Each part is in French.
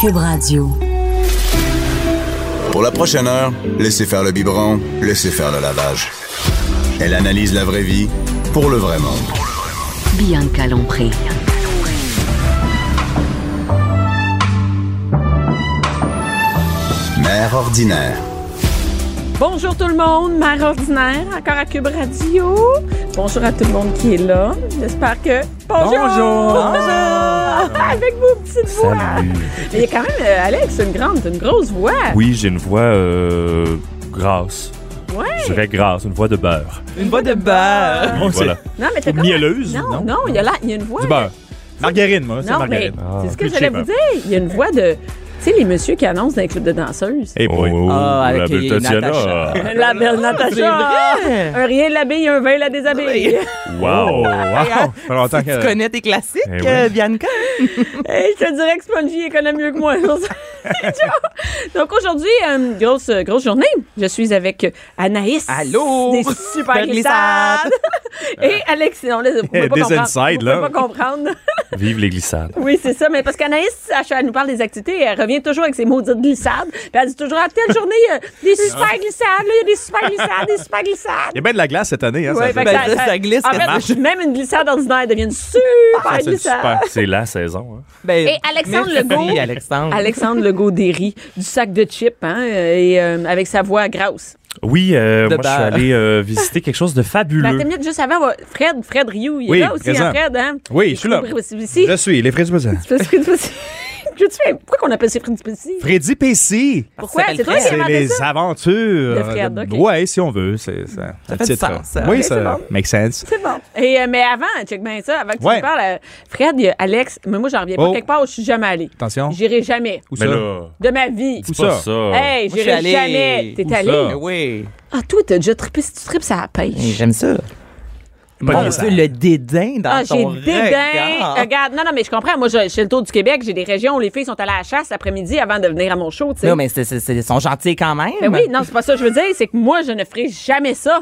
Cube Radio. Pour la prochaine heure, laissez faire le biberon, laissez faire le lavage. Elle analyse la vraie vie pour le vrai monde. Bianca Lompré. Mère ordinaire. Bonjour tout le monde, Mère Ordinaire, encore à Cube Radio. Bonjour à tout le monde qui est là. J'espère que... Bonjour! Bonjour! Bonjour! Avec vos petites voix. Salut. Mais Il y a quand même, euh, Alex, une grande, une grosse voix. Oui, j'ai une voix euh, grasse. Ouais. Euh, Je dirais grasse, une voix de beurre. Une voix de beurre. Oui, voilà. Non, mais t'as comme... mielleuse, Non, non? non, il y a là, il y a une voix... Du beurre. Margarine, moi, c'est Non, mais margarine. c'est ce que Plus j'allais cheap, vous hein. dire. Il y a une voix de... Tu sais, les messieurs qui annoncent dans les clubs de danseuses. Eh boy. la Ah, belle avec les Tatiana. Natacha. La belle Natacha. Un rien de l'habille, un vin de la déshabille. Wow. Wow. Ça fait longtemps Si tu que- connais- Hey, Connais tes classiques, Eh oui. euh, Bianca? Hey, je te dirais que Spongy il connaît mieux que moi. Donc aujourd'hui, euh, grosse, grosse journée. Je suis avec Anaïs. Allô? Des super Bentley glissades. Et Alex, on ne Euh. Des peut pas comprendre. insides, On là. peut pas comprendre. Vive les glissades. Oui, c'est ça. Mais parce qu'Anaïs, elle, elle nous parle des activités et elle revient toujours avec ses maudites glissades. Puis elle dit toujours, à telle journée, il y a des super glissades, là, il y a des super glissades, des super glissades. Ah. Il y a bien de la glace cette année. Hein, Ouais, ça fait fait- que Ben, ça, ça glisse, en ça fait, marche. Même une glissade ordinaire devient une super ça, Ah, c'est glissade. super. C'est la saison. Hein. Ben, Et Alexandre merci, Legault. Alexandre. Alexandre Legault Derry, du sac de chips, hein, euh, et euh, avec sa voix grosse. Oui, euh, De moi, je suis beurre. allé euh, visiter quelque chose de Ben, fabuleux. t'as minute juste avant, va- Fred, Fred Rioux, il est Oui, là aussi, hein, présent. Fred, hein? Oui, je suis là. Ici. Je suis, les Freddy Pesci. Parce que- parce que- Je te fais- Pourquoi qu'on appelle ça Fred Pesci? Freddy Pesci. Pourquoi? s'appelle C'est toi Fred. qui as C'est inventé les ça? aventures. De Fred, ok. Ouais, si on veut. C'est, ça un fait du titre. sens, ça. Oui, Ok, c'est ça bon. make sense. C'est bon. Et, euh, mais avant, check bien ça, avant que tu Ouais. me parles, euh, Fred, il y a Alex, mais moi, j'en reviens pas. Oh. Quelque part où je suis jamais allée. Attention. J'irai jamais. Où Mais ça? là, De ma vie. dis Où pas ça? ça. Hey, Moi, je suis j'irai allée. jamais. T'es Où allé? ça? Ben oui. Ah, toi, t'as déjà trippé. Si tu tripes, ça la Hey, pêche. J'aime ça. Pas Mon de Dieu, glissade. le dédain dans Ah, j'ai ton dédain. regard. Regarde, non, non, mais je comprends. Moi, je, je fais le tour du Québec. J'ai des régions où les filles sont allées à la chasse après-midi avant de venir à mon show, tu sais. Non, mais c'est- c'est- c'est- ils sont gentils quand même. Ben oui, non, c'est pas ça que je veux dire. C'est que moi, je ne ferai jamais ça.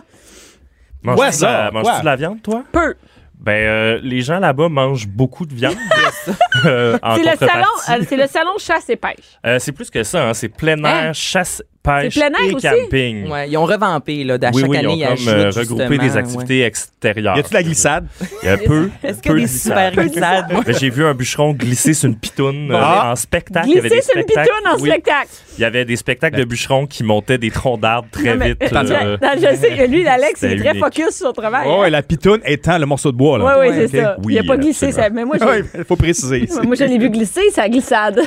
Manges-tu Ouais, de ça, la- manges-tu ouais. de la viande, toi? Peu. Ben, euh, les gens là-bas mangent beaucoup de viande. Euh, en C'est le salon, contrepartie. euh, c'est le salon chasse et pêche. Euh, c'est plus que ça. hein. C'est plein air, Hein? chasse, pêche C'est plein air et aussi? camping. Ouais, ils ont revampé, là, d'à Oui, chaque oui, ils année, ont comme ajoutent, euh, regroupé justement, des ouais. activités extérieures. Y a-tu de la glissade? Il y a peu. Est-ce peu qu'il y a des de super glissades. glissades? Moi, Ben, J'ai vu un bûcheron glisser sur une pitoune euh, Ah. en spectacle. Il y avait Glisser des sur une spectacles- pitoune en oui, spectacle. Il y avait des spectacles de bûcherons qui montaient des troncs d'arbres très Non, mais- vite. Non, euh, je sais que lui, l'Alex, il est c'était très unique. focus sur son travail. Oh, et la pitoune étant le morceau de bois, là. Oui, oui, Ouais, c'est ok. ça. Oui, il n'a pas glissé, absolument. ça, mais moi, j'ai- Oui, il faut préciser. ici. moi, je l'ai vu glisser, ça glissade.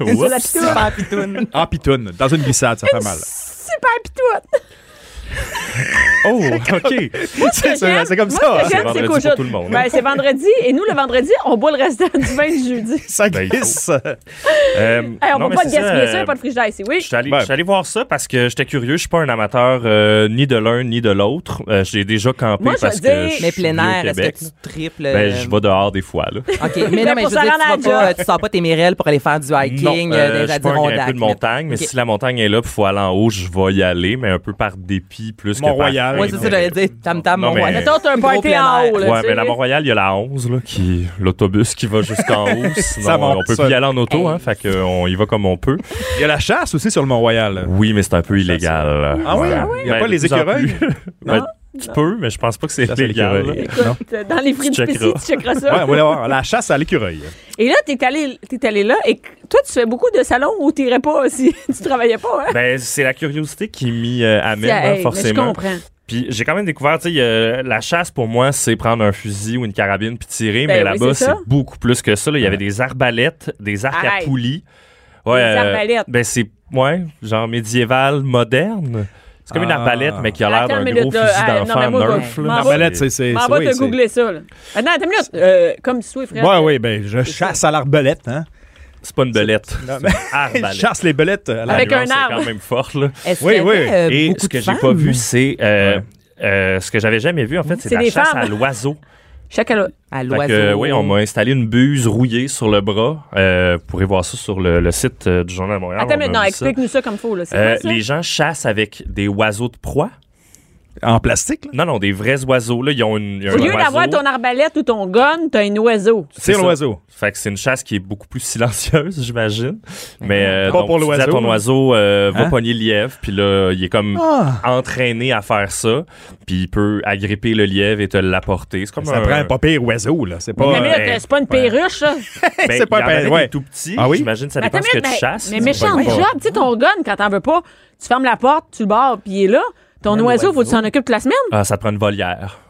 oups. la pitoune. super pitoune. En pitoune, dans une glissade, ça fait mal. Super pitoute. Oh, OK. C'est j'aime- c'est comme Moi, ça. ce que j'aime, hein. C'est c'est vendredi qu'au pour jour- tout le monde, hein. Ben, c'est vendredi, et nous, le vendredi, on boit le restant du vin du jeudi. Ça Ben, il faut. glisse. Euh, Hey, on non, ne mais peut pas c'est gaspiller euh, ça, il n'y a pas de frigidaire ici, oui. Je suis, allé, Ben. je suis allé voir ça parce que j'étais curieux. Je suis pas un amateur euh, ni de l'un ni de l'autre. Euh, J'ai déjà campé Moi, je parce veux dire- que je Mais suis plein né au air, est-ce Québec. que tu triples? Ben, euh, je vais dehors des fois. Là. OK, mais non, mais je Pour veux se dire, tu, rendre à vas la pas, job. euh, tu sors pas tes mirelles pour aller faire du hiking, non, euh, euh, des je suis pas un grimpeux Adirondacks. de montagne, mais Ok. si la montagne est là, il faut aller en haut, je vais y aller, mais un peu par dépit plus que par... Mont-Royal. Ouais, c'est ça, j'allais dire. Tam tam, Non, mon mais- roi. Mettons, t'as un Gros party plein en air. haut, là, Ouais, tu mais sais. la Mont-Royal, il y a la 11, là, qui, l'autobus qui va jusqu'en haut. Sinon, Ça monte, on peut ça. plus y aller en auto, hein, fait qu'on y va comme on peut. Il y a la chasse aussi sur le Mont-Royal. Oui, mais c'est un peu illégal. Ah oui? Voilà. Ah oui? Y a Ben, pas de les plus en écureuils? plus. Ben, tu peux, mais je pense pas que c'est Ça, c'est légal. l'écureuil. là. Écoute, euh, dans les fruits Tu du PC, checkeras. tu checkeras ça. Ouais, on va aller voir la chasse à l'écureuil. Et là, t'es allé, t'es allé là, et toi, tu fais beaucoup de salons où t'irais pas si tu travaillais pas, hein? Ben, c'est la curiosité qui m'y euh, amène, Tiens, hein, hey, mais Je forcément. comprends. Puis j'ai quand même découvert, tu sais, euh, la chasse pour moi, c'est prendre un fusil ou une carabine puis tirer, Ben mais oui, là-bas, c'est c'est ça. beaucoup plus que ça. là. Il y avait des arbalètes, des arcs Arrête. à poulies. Ouais, euh, Des arbalètes. Ben c'est, ouais, genre médiéval, moderne. C'est comme une Ah. arbalète, mais qui a l'air Attends d'un une gros minute, là. fusil Ah, non, mais d'enfant moi, Nerf. je- là. m'en C'est- vais- Arbalète, c'est. c'est M'en oui, Bah, va te c'est- googler ça, là. Attends, attends une minute. Euh, comme tu es, frère. Ouais, oui, ben, je chasse à l'arbalète, hein. C'est pas une belette. Non, C'est mais- une arbalète. Je chasse les belettes à la Avec La un nuance est arbre. quand même forte, là. Est-ce Oui, qu'il y oui. avait, euh, Et beaucoup ce de que j'ai pas femmes? vu, c'est. euh, Ouais. euh, ce que j'avais jamais vu, en fait, c'est C'est la des chasse femmes. à l'oiseau. Chacun là. À Fait l'oiseau. que, euh, oui, on m'a installé une buse rouillée sur le bras. Euh, vous pourrez voir ça sur le, le site euh, du Journal de Montréal. Attends, On a maintenant, mis ça. explique-nous ça comme il faut. Là. C'est Euh, quoi, ça? les gens chassent avec des oiseaux de proie. En plastique, là. Non, non, des vrais oiseaux. Là, ils ont une. Au lieu d'avoir ton arbalète ou ton gun, t'as un oiseau. C'est Tire ça. l'oiseau. Fait que c'est une chasse qui est beaucoup plus silencieuse, j'imagine. Mais euh, Pas donc, pour tu dis à l'oiseau, ton là. oiseau, euh, va Hein? pogner le lièvre, puis là, il est comme Ah. entraîné à faire ça, puis il peut agripper le lièvre et te l'apporter. C'est comme Ça un... prend un pas pire oiseau, là. C'est Mais pas. là, t'as- c'est pas une perruche, ça. Ben, c'est pas il y en un- avait ouais. des tout petit. Ah oui? J'imagine que ça Mais dépend attends ce que une minute, tu mais- chasses. Mais méchant pas grave. job, tu sais, ton gun, quand t'en veux pas, tu fermes la porte, tu le barres, puis il est là. Ton oiseau, faut que tu t'en occupes toute la semaine. Ah, ça te prend une volière.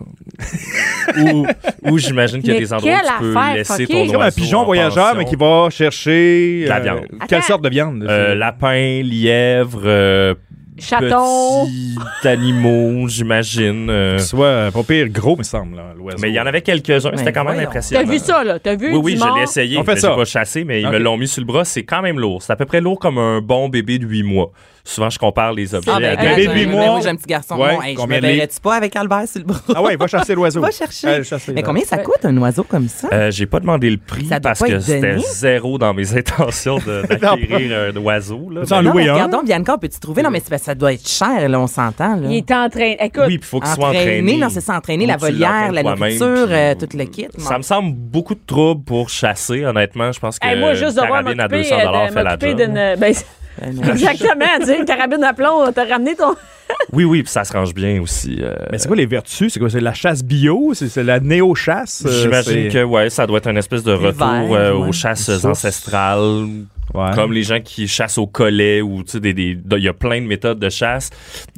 ou ou j'imagine qu'il y a Mais des endroits où tu quelle peux affaire laisser fuckée. ton oiseau. C'est comme un pigeon en voyageur, pension. mais qui va chercher. La euh, viande. Quelle Attends. sorte de viande? Euh, c'est- lapin, lièvre, euh, Chaton. petits animaux, j'imagine. euh, Soit euh, pas pire gros, me semble, là, l'oiseau. mais il y en avait quelques-uns. C'était quand même voyons. impressionnant. T'as vu ça, là? T'as vu euh, Oui, oui, du je mort? l'ai essayé. On fait mais j'ai ça. pas chassé, mais ils Ok. me l'ont mis sur le bras. C'est quand même lourd. C'est à peu près lourd comme un bon bébé de 8 mois. Souvent, je compare les objets Ah, à ben, des- Un euh, bébé de ben, huit ben, mois. oui, j'ai un petit garçon. Ouais, non, hey, je combien me de livres? verrais-tu pas avec Albert sur le bras? Ah ouais, va chercher l'oiseau. Va chercher. Euh, chasser, Mais là. combien ça coûte un oiseau comme ça? Euh, j'ai pas demandé le prix Ça doit parce pas que être c'était donné. zéro dans mes intentions de- d'acquérir un oiseau. Là, Peux-tu en Mais- non, louer mais un? regardons, Bianca, on peut-tu trouver? Non, mais c'est parce que ça doit être cher, là, on s'entend. là. Il est en train. Écoute, Oui, puis il faut qu'il soit entraîné. Non, c'est ça, entraîner la Faut que tu volière, la l'entraînes nourriture, toi-même, euh, puis- tout le kit. Ça me semble beaucoup de troubles pour chasser, honnêtement. Je pense que hey, moi, juste une devoir euh, carabine à m'occuper 200 euh, de- fait la m'occuper job. d'une. ben, c'est- exactement, tu sais, une carabine à plomb, t'as ramené ton. Oui, oui, puis ça se range bien aussi. euh, Mais c'est quoi les vertus? C'est quoi? C'est la chasse bio? C'est c'est la néo-chasse? euh, J'imagine c'est- que ouais, ça doit être un espèce de retour vert, euh, aux ouais. chasses Source. ancestrales, Ouais. comme les gens qui chassent au collet ou tu sais des- des- il y a plein de méthodes de chasse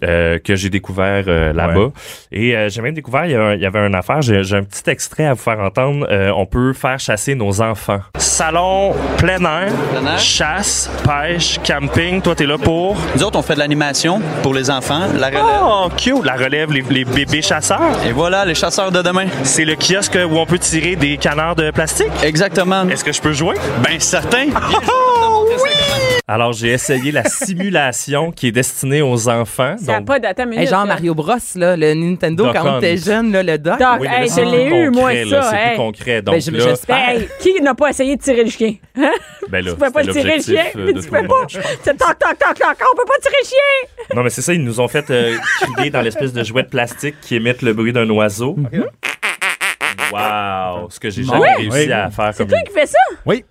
euh, que j'ai découvert euh, là-bas. Ouais. Et euh, j'ai même découvert il y, a un- il y avait une affaire. J'ai j'ai un petit extrait à vous faire entendre. Euh, on peut faire chasser nos enfants. Salon plein air, chasse, pêche, camping. Toi t'es là pour Nous autres, on fait de l'animation pour les enfants, la relève. oh cute la relève les, les bébés chasseurs. Et voilà, les chasseurs de demain. C'est le kiosque où on peut tirer des canards de plastique. Exactement. Est-ce que je peux jouer? Oh, Ben certain. Alors, j'ai essayé la simulation qui est destinée aux enfants. Ça a Donc, pas d'attente Hey, genre Mario Bros, là, le Nintendo, Doc quand on Hunt. était jeune, là, le doc. Doc, oui, mais là, hey, je c'est l'ai plus eu, moi, concret, là, ça. C'est hey. plus concret. Donc, Ben, j'im- là, j'espère. Ben, hey, qui n'a pas essayé de tirer le chien? ben là, Tu peux pas c'était tirer le chien, l'objectif, euh, mais de tu tout le peux pas. monde. C'est toc, toc, toc, toc, on peut pas tirer le chien! Non, mais c'est ça, ils nous ont fait euh, crier dans l'espèce de jouet de plastique qui émette le bruit d'un oiseau. Wow! Ce que j'ai jamais Oui. réussi Oui. à faire Ah C'est comme... toi qui fais ça? Oui.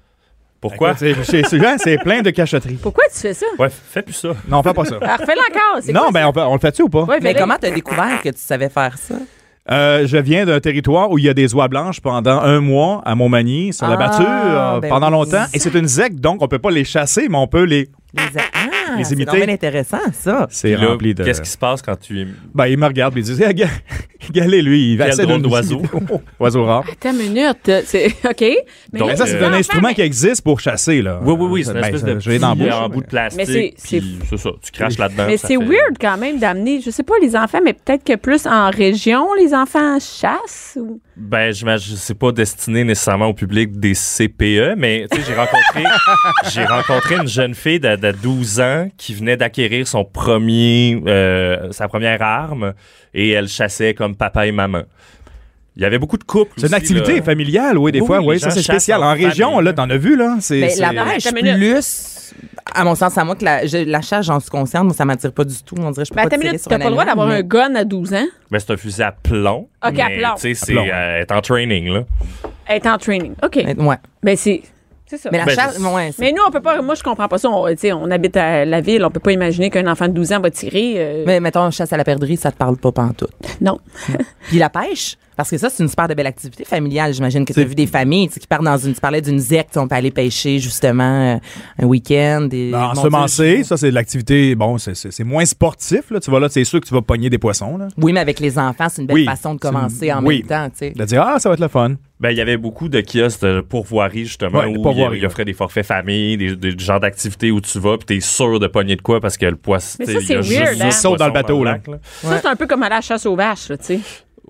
Pourquoi? Écoute, C'est c'est- c'est- hein, c'est plein de cacheteries. Pourquoi tu fais ça? Ouais, fais plus ça. Non, on fait pas ça. Ah, Refais-le encore. c'est Non, quoi ben on, fait- on le fait-tu ou pas? ça? Ouais, Mais fais-le. comment t'as découvert que tu savais faire ça? Euh, je viens d'un territoire où il y a des oies blanches pendant un mois à Montmagny, sur la Ah, batture, euh, ben pendant oui. longtemps. Et c'est une zec, donc on peut pas les chasser, mais on peut les. Les, ah, Les c'est imiter. donc bien intéressant, ça. C'est Puis là, rempli de. Qu'est-ce qui se passe quand tu... Ben, il me regarde et il dit Eh, gars- Galé, lui, il va Quel essayer drôle de nous d'oiseau. imiter. Oiseau rare. Attends une minute. euh, c'est- OK. Ah, Mais Donc, là, Mais ça, c'est Euh, un enfant, instrument mais- qui existe pour chasser, là. Oui, oui, oui, c'est une Ben, espèce ça, de je l'ai dans la petit, bouche, euh, en mais- bout de plastique. Mais c'est- c'est- puis C'est ça, tu craches là-dedans. Mais ça c'est fait- weird quand même d'amener, je sais pas, les enfants, mais peut-être que plus en région, les enfants chassent. ou- Ben, j'imagine, c'est pas destiné nécessairement au public des CPE, mais tu sais, j'ai rencontré, j'ai rencontré une jeune fille de, de 12 ans qui venait d'acquérir son premier, euh, sa première arme et elle chassait comme papa et maman. Il y avait beaucoup de couples. C'est une aussi, activité là. familiale, oui, des Oui, fois. les Oui, gens ça, c'est chassent spécial. en En région, famille. là, t'en as vu, là. C'est. Mais la c'est- pêche, Attends une minute. plus... À mon sens, à moi, que la, je- la chasse, j'en suis consciente, moi, ça m'attire pas du tout. On dirait, je peux Mais pas Ben, attends une tirer minute, sur t'as pas le droit animal, d'avoir mais- un gun à 12 ans. Ben, c'est un fusil à plomb. Ok, à mais, plomb. Tu sais, c'est plomb. euh, être en training, là. Être en training. OK. Mais- Ouais. Ben, c'est. C'est ça. Mais la Ben, chasse, c'est- ouais, c'est- Mais nous, on peut pas. Moi, je comprends pas ça. On, tu sais, on habite à la ville. On peut pas imaginer qu'un enfant de 12 ans va tirer. euh, Mais mettons, chasse à la perdrix, ça te parle pas pantoute. Non. Puis la pêche, Parce que ça, c'est une super de belle activité familiale. J'imagine que tu as vu des familles tu sais, qui partent dans une. Tu parlais d'une zec, tu sais, on peut aller pêcher justement euh, un week-end. et- Ben, Mon Dieu, ensemencer, ça, c'est de l'activité. Bon, c'est- c'est c'est moins sportif. Là. Tu vas là, c'est sûr que tu vas pogner des poissons. Là. je- Oui, mais avec les enfants, c'est une belle Oui, façon de c'est une- commencer en oui. même temps. tu sais. De dire, ah, ça va être le fun. Ben, il y avait beaucoup de kiosques de pourvoirie, justement, Ouais, de où pourvoirie, il, il offrait des forfaits famille, des, des genres d'activités où tu vas, puis t'es sûr de pogner de quoi parce que le poisson. Mais tu ça, sais, il y a c'est weird, juste hein? un Saute dans le poisson bateau, là. lac, Ça, c'est un peu comme aller à la chasse aux vaches, là, tu sais.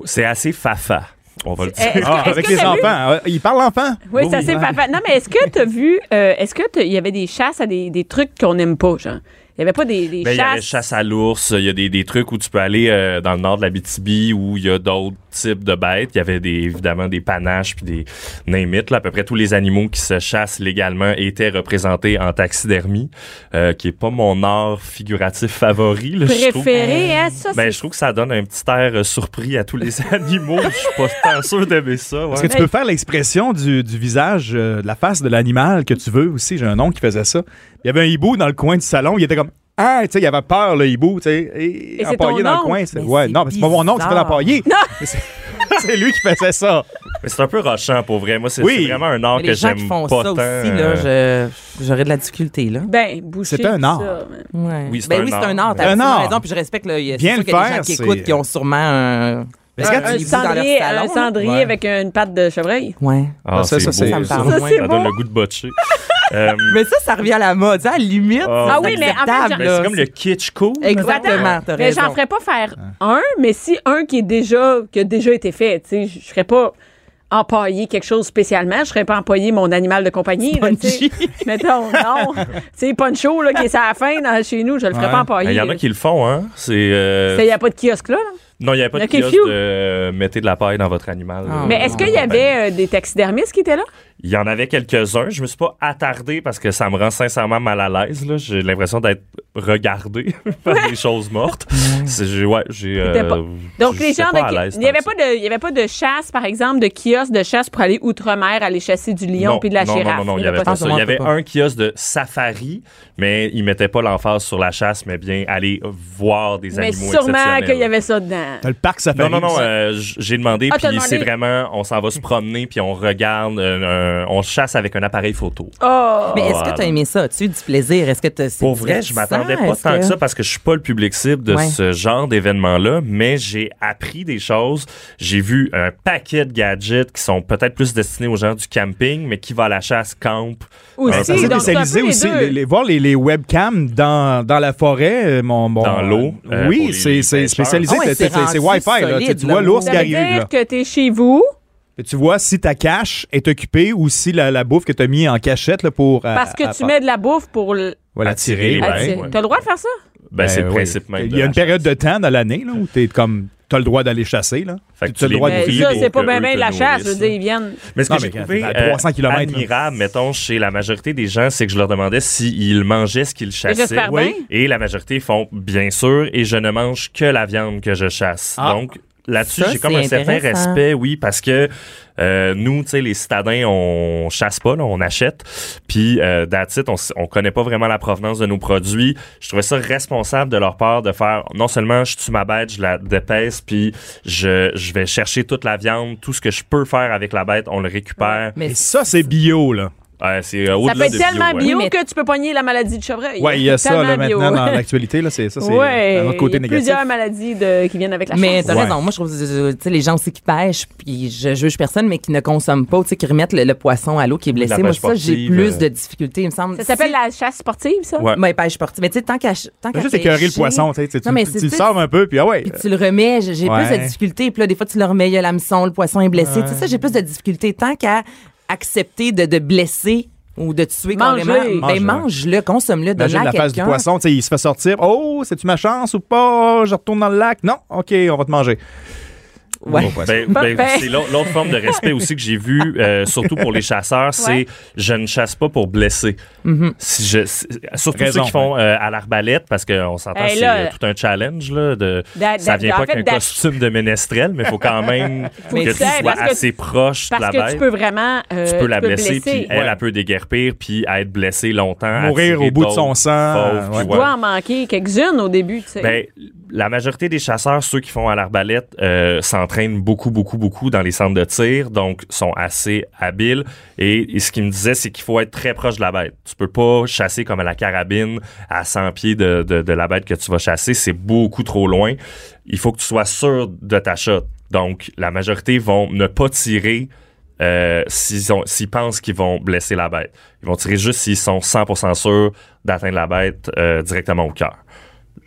C'est assez fafa, on va le dire. eh, Est-ce que- Ah, est-ce avec que les t'as vu- enfants. Euh, Ils parlent enfant. Oui, c'est assez papa. Non, mais est-ce que tu as vu, euh, est-ce que t'as- il y avait des chasses à des, des trucs qu'on n'aime pas, genre? Il n'y avait pas des, des Ben, il y a la chasses. chasse à l'ours, il y a des, des trucs où tu peux aller euh, dans le nord de la BTB où il y a d'autres types de bêtes. Il y avait des, évidemment des panaches puis des némites. À peu près tous les animaux qui se chassent légalement étaient représentés en taxidermie, euh, qui est pas mon art figuratif favori. Là, je trouve. préférées, hein? Ça, Ben, c'est- je trouve que ça donne un petit air euh, surpris à tous les animaux. Je suis pas tant sûr d'aimer ça. ouais. Est-ce que tu Mais- peux faire l'expression du, du visage, euh, de la face de l'animal que tu veux aussi? J'ai un oncle qui faisait ça. Il y avait un hibou dans le coin du salon. Il était comme, ah, tu sais, il avait peur, le hibou, tu sais, et, Et c'est empaillé ton dans le oncle? coin. c'est- Mais Ouais, c'est non, mais c'est pas mon oncle qui fait bizarre. l'empailler. Mais C'est c'est lui qui faisait ça. Mais C'est un peu rochant pour vrai. Moi, c'est Oui. c'est vraiment un art Mais que les gens j'aime qui pas font tant. ça aussi, là, euh, je- j'aurais de la difficulté. Là. Ben, boucher. C'est un tout art. ça, mais- Ouais. Oui, c'est ben un oui, c'est art. un art. Un T'as absolument art. raison. Puis je respecte. Là, il y a, c'est Bien sûr le qu'il y a des faire, gens qui c'est- écoutent qui ont sûrement un. Parce que quand Un, tu- hibou dans leur cendrier, salon, un là. cendrier Ouais. avec une patte de chevreuil. Ouais. Ah, Ça, c'est ça, beau, ça, me ça. parle. Ça c'est donne le goût de botcher. Euh, Mais ça, ça revient à la mode. hein, À la limite, Ah. c'est Ah oui, mais en fait, acceptable, ben, là. c'est comme le kitsch cool. Eh Exactement, t'as Mais raison. Ah. j'en ferais pas faire un, mais si un qui est déjà qui a déjà été fait, tu sais, je ferais pas empailler quelque chose spécialement, je serais pas empailler mon animal de compagnie, là, tu sais. mettons, non, tu sais Poncho là qui est à la fin dans- chez nous, je le ferais Ouais. pas Ben, Il empailler. y en a là. qui le font, hein. C'est. euh, Ça, y a pas de kiosque là. là. Non, il n'y avait pas y de a que kiosque few. de euh, mettez de la paille dans votre animal. Ah. euh, Mais est-ce en qu'il y compagnie. avait euh, des taxidermistes qui étaient là Il y en avait quelques-uns. Je me suis pas attardé parce que ça me rend sincèrement mal à l'aise. là. J'ai l'impression d'être regardé par des choses mortes. C'est- j'ai- Ouais, j'ai. euh, T'étais pas- Donc je- les j'étais gens pas à de l'aise il y avait tant pas que de il y avait pas de chasse par exemple de kiosque de chasse pour aller outre-mer aller chasser du ça. lion puis de la non, girafe. Non, non, non, il y avait pas pas ça. ça. Il y avait Sûrement pas. un kiosque de safari, mais il mettait pas l'emphase sur la chasse, mais bien aller voir des Mais animaux. sûrement exceptionnels. qu'il y avait ça dedans. T'as le parc safari. Non, non, non, aussi. euh, j- j'ai demandé, Ah, t'as puis c'est demandé. vraiment, on s'en va se promener, puis on regarde, euh, euh, on chasse avec un appareil photo. Oh, Mais est-ce Voilà. que tu as aimé ça? As-tu eu du plaisir? Est-ce que t'as- c'est Ah. Pour vrai, je divertissant? m'attendais pas Est-ce tant que... ça parce que je suis pas le public cible de Ouais. ce genre d'événement-là, mais j'ai appris des choses. J'ai vu un paquet de gadgets qui sont peut-être plus destinés aux gens du camping, mais qui va à la chasse, camp. aussi, euh, Ça donc c'est un s'est peu Ben, spécialisé les aussi. deux. les- les- voir les, les webcams dans, dans la forêt, euh, mon, mon- Dans l'eau, euh, pour oui, les- c'est les c'est pêcheurs. spécialisé. Ah ouais, c'est- c'est c'est c'est rendu Wi-Fi. là. Tu, solide, tu vois là. l'ours Ça qui veut arrive. dire là. que t'es chez vous Et Tu vois si ta cache est occupée ou si la, la bouffe que tu as mis en cachette là, pour. euh, parce que à- tu à- mets de la bouffe pour le. Voilà, tirer. Attirer, ouais. ouais. Attirer. T'as le droit de faire ça? Ben, c'est le oui. principe même. Il y a une période de temps dans l'année là, où tu es comme. T'as le droit d'aller chasser, là. Fait que tu as tu le les droit mets- de Mais nourrir ça, pour c'est pas que bien eux bien te la chasse. Je veux nourrissent. dire, ils viennent. Mais ce Non, que j'ai mais trouvé à euh, 300 kilomètres, là. admirable, mettons, chez la majorité des gens, c'est que je leur demandais s'ils mangeaient ce qu'ils chassaient. j'espère bien. Et la majorité font bien sûr, et je ne mange que la viande que je chasse. Ah. Donc là-dessus, Ça, j'ai comme c'est un certain intéressant. respect, oui, parce que euh, nous, tu sais, les citadins, on chasse pas, là, on achète. Puis euh, that's it, on, s- on connaît pas vraiment la provenance de nos produits. Je trouvais ça responsable de leur part de faire non seulement je tue ma bête, je la dépaisse, puis je, je vais chercher toute la viande, tout ce que je peux faire avec la bête, on le récupère. Mais Et ça, c'est bio, là. Ouais, c'est euh, Ça au-delà fait de tellement bio, ouais. bio, Oui, mais- que tu peux pogner la maladie de chevreuil. Ouais, il y a ça, là, Tellement bio. maintenant, dans l'actualité, là. C'est ça, c'est Ouais, un autre il côté y a négatif. plusieurs maladies de- qui viennent avec la Mais chasse. t'as Ouais. raison. Moi, je trouve, euh, tu sais, les gens aussi qui pêchent, puis je juge personne, mais qui ne consomment pas, tu sais, qui remettent le, le poisson à l'eau qui est blessé. La Moi, pêche ça, j'ai sportive, plus euh, de difficultés, il me semble. Ça s'appelle Si- la chasse sportive, ça? Ouais. Ouais, Ben, pêche sportive. Mais tu sais, tant qu'à. tant T'as qu'à juste écœuré le pêcher- poisson, tu sais. Tu, Non, mais tu- c'est tu le ça, sors un peu, puis ah ouais. Puis tu le remets, j'ai j'ai Ouais. plus de difficultés. Puis là, des fois, tu le remets, il y a l'hameçon, le poisson est blessé. Tu sais, ça, j'ai plus de difficultés. Tant qu'à accepter de, de blesser ou de tuer Manger. carrément, Mange-le. ben mange-le, consomme-le, Imagine donne-le à la face du quelqu'un. poisson, tu sais, il se fait sortir. Oh, c'est-tu ma chance ou pas? Je retourne dans le lac. Non, OK, on va te manger. Ouais. Bon poisson. Ben, ben, Parfait. c'est l'autre l'autre forme de respect aussi que j'ai vu, euh, surtout pour les chasseurs, c'est je ne chasse pas pour blesser. Mm-hmm. si je, si- surtout Raison, ceux qui font euh, à l'arbalète, parce qu'on s'entend, Hey, c'est là, euh, tout un challenge. Là, de, d'a- ça d'a- vient en pas fait, qu'un d'a- costume de ménestrel, mais il faut quand même Mais que tu tu sais, sois parce que- assez proche de Parce la que tu bête. peux vraiment. euh, tu peux la blesser, puis elle, Ouais. elle peut déguerpir, puis être blessée longtemps. Mourir attirer au bout de son d'autres sang, euh, fauves, ouais. puis Tu dois en manquer quelques-unes au début, tu sais. Ben, la majorité des chasseurs, ceux qui font à l'arbalète, euh, s'entraînent beaucoup, beaucoup, beaucoup dans les centres de tir, donc sont assez habiles. Et, et ce qu'il me disait, c'est qu'il faut être très proche de la bête. Tu peux pas chasser comme à la carabine à 100 pieds de, de- de la bête que tu vas chasser. C'est beaucoup trop loin. Il faut que tu sois sûr de ta shot. Donc, la majorité vont ne pas tirer euh, s'ils ont- s'ils pensent qu'ils vont blesser la bête. Ils vont tirer juste s'ils sont 100% sûrs d'atteindre la bête euh, directement au cœur.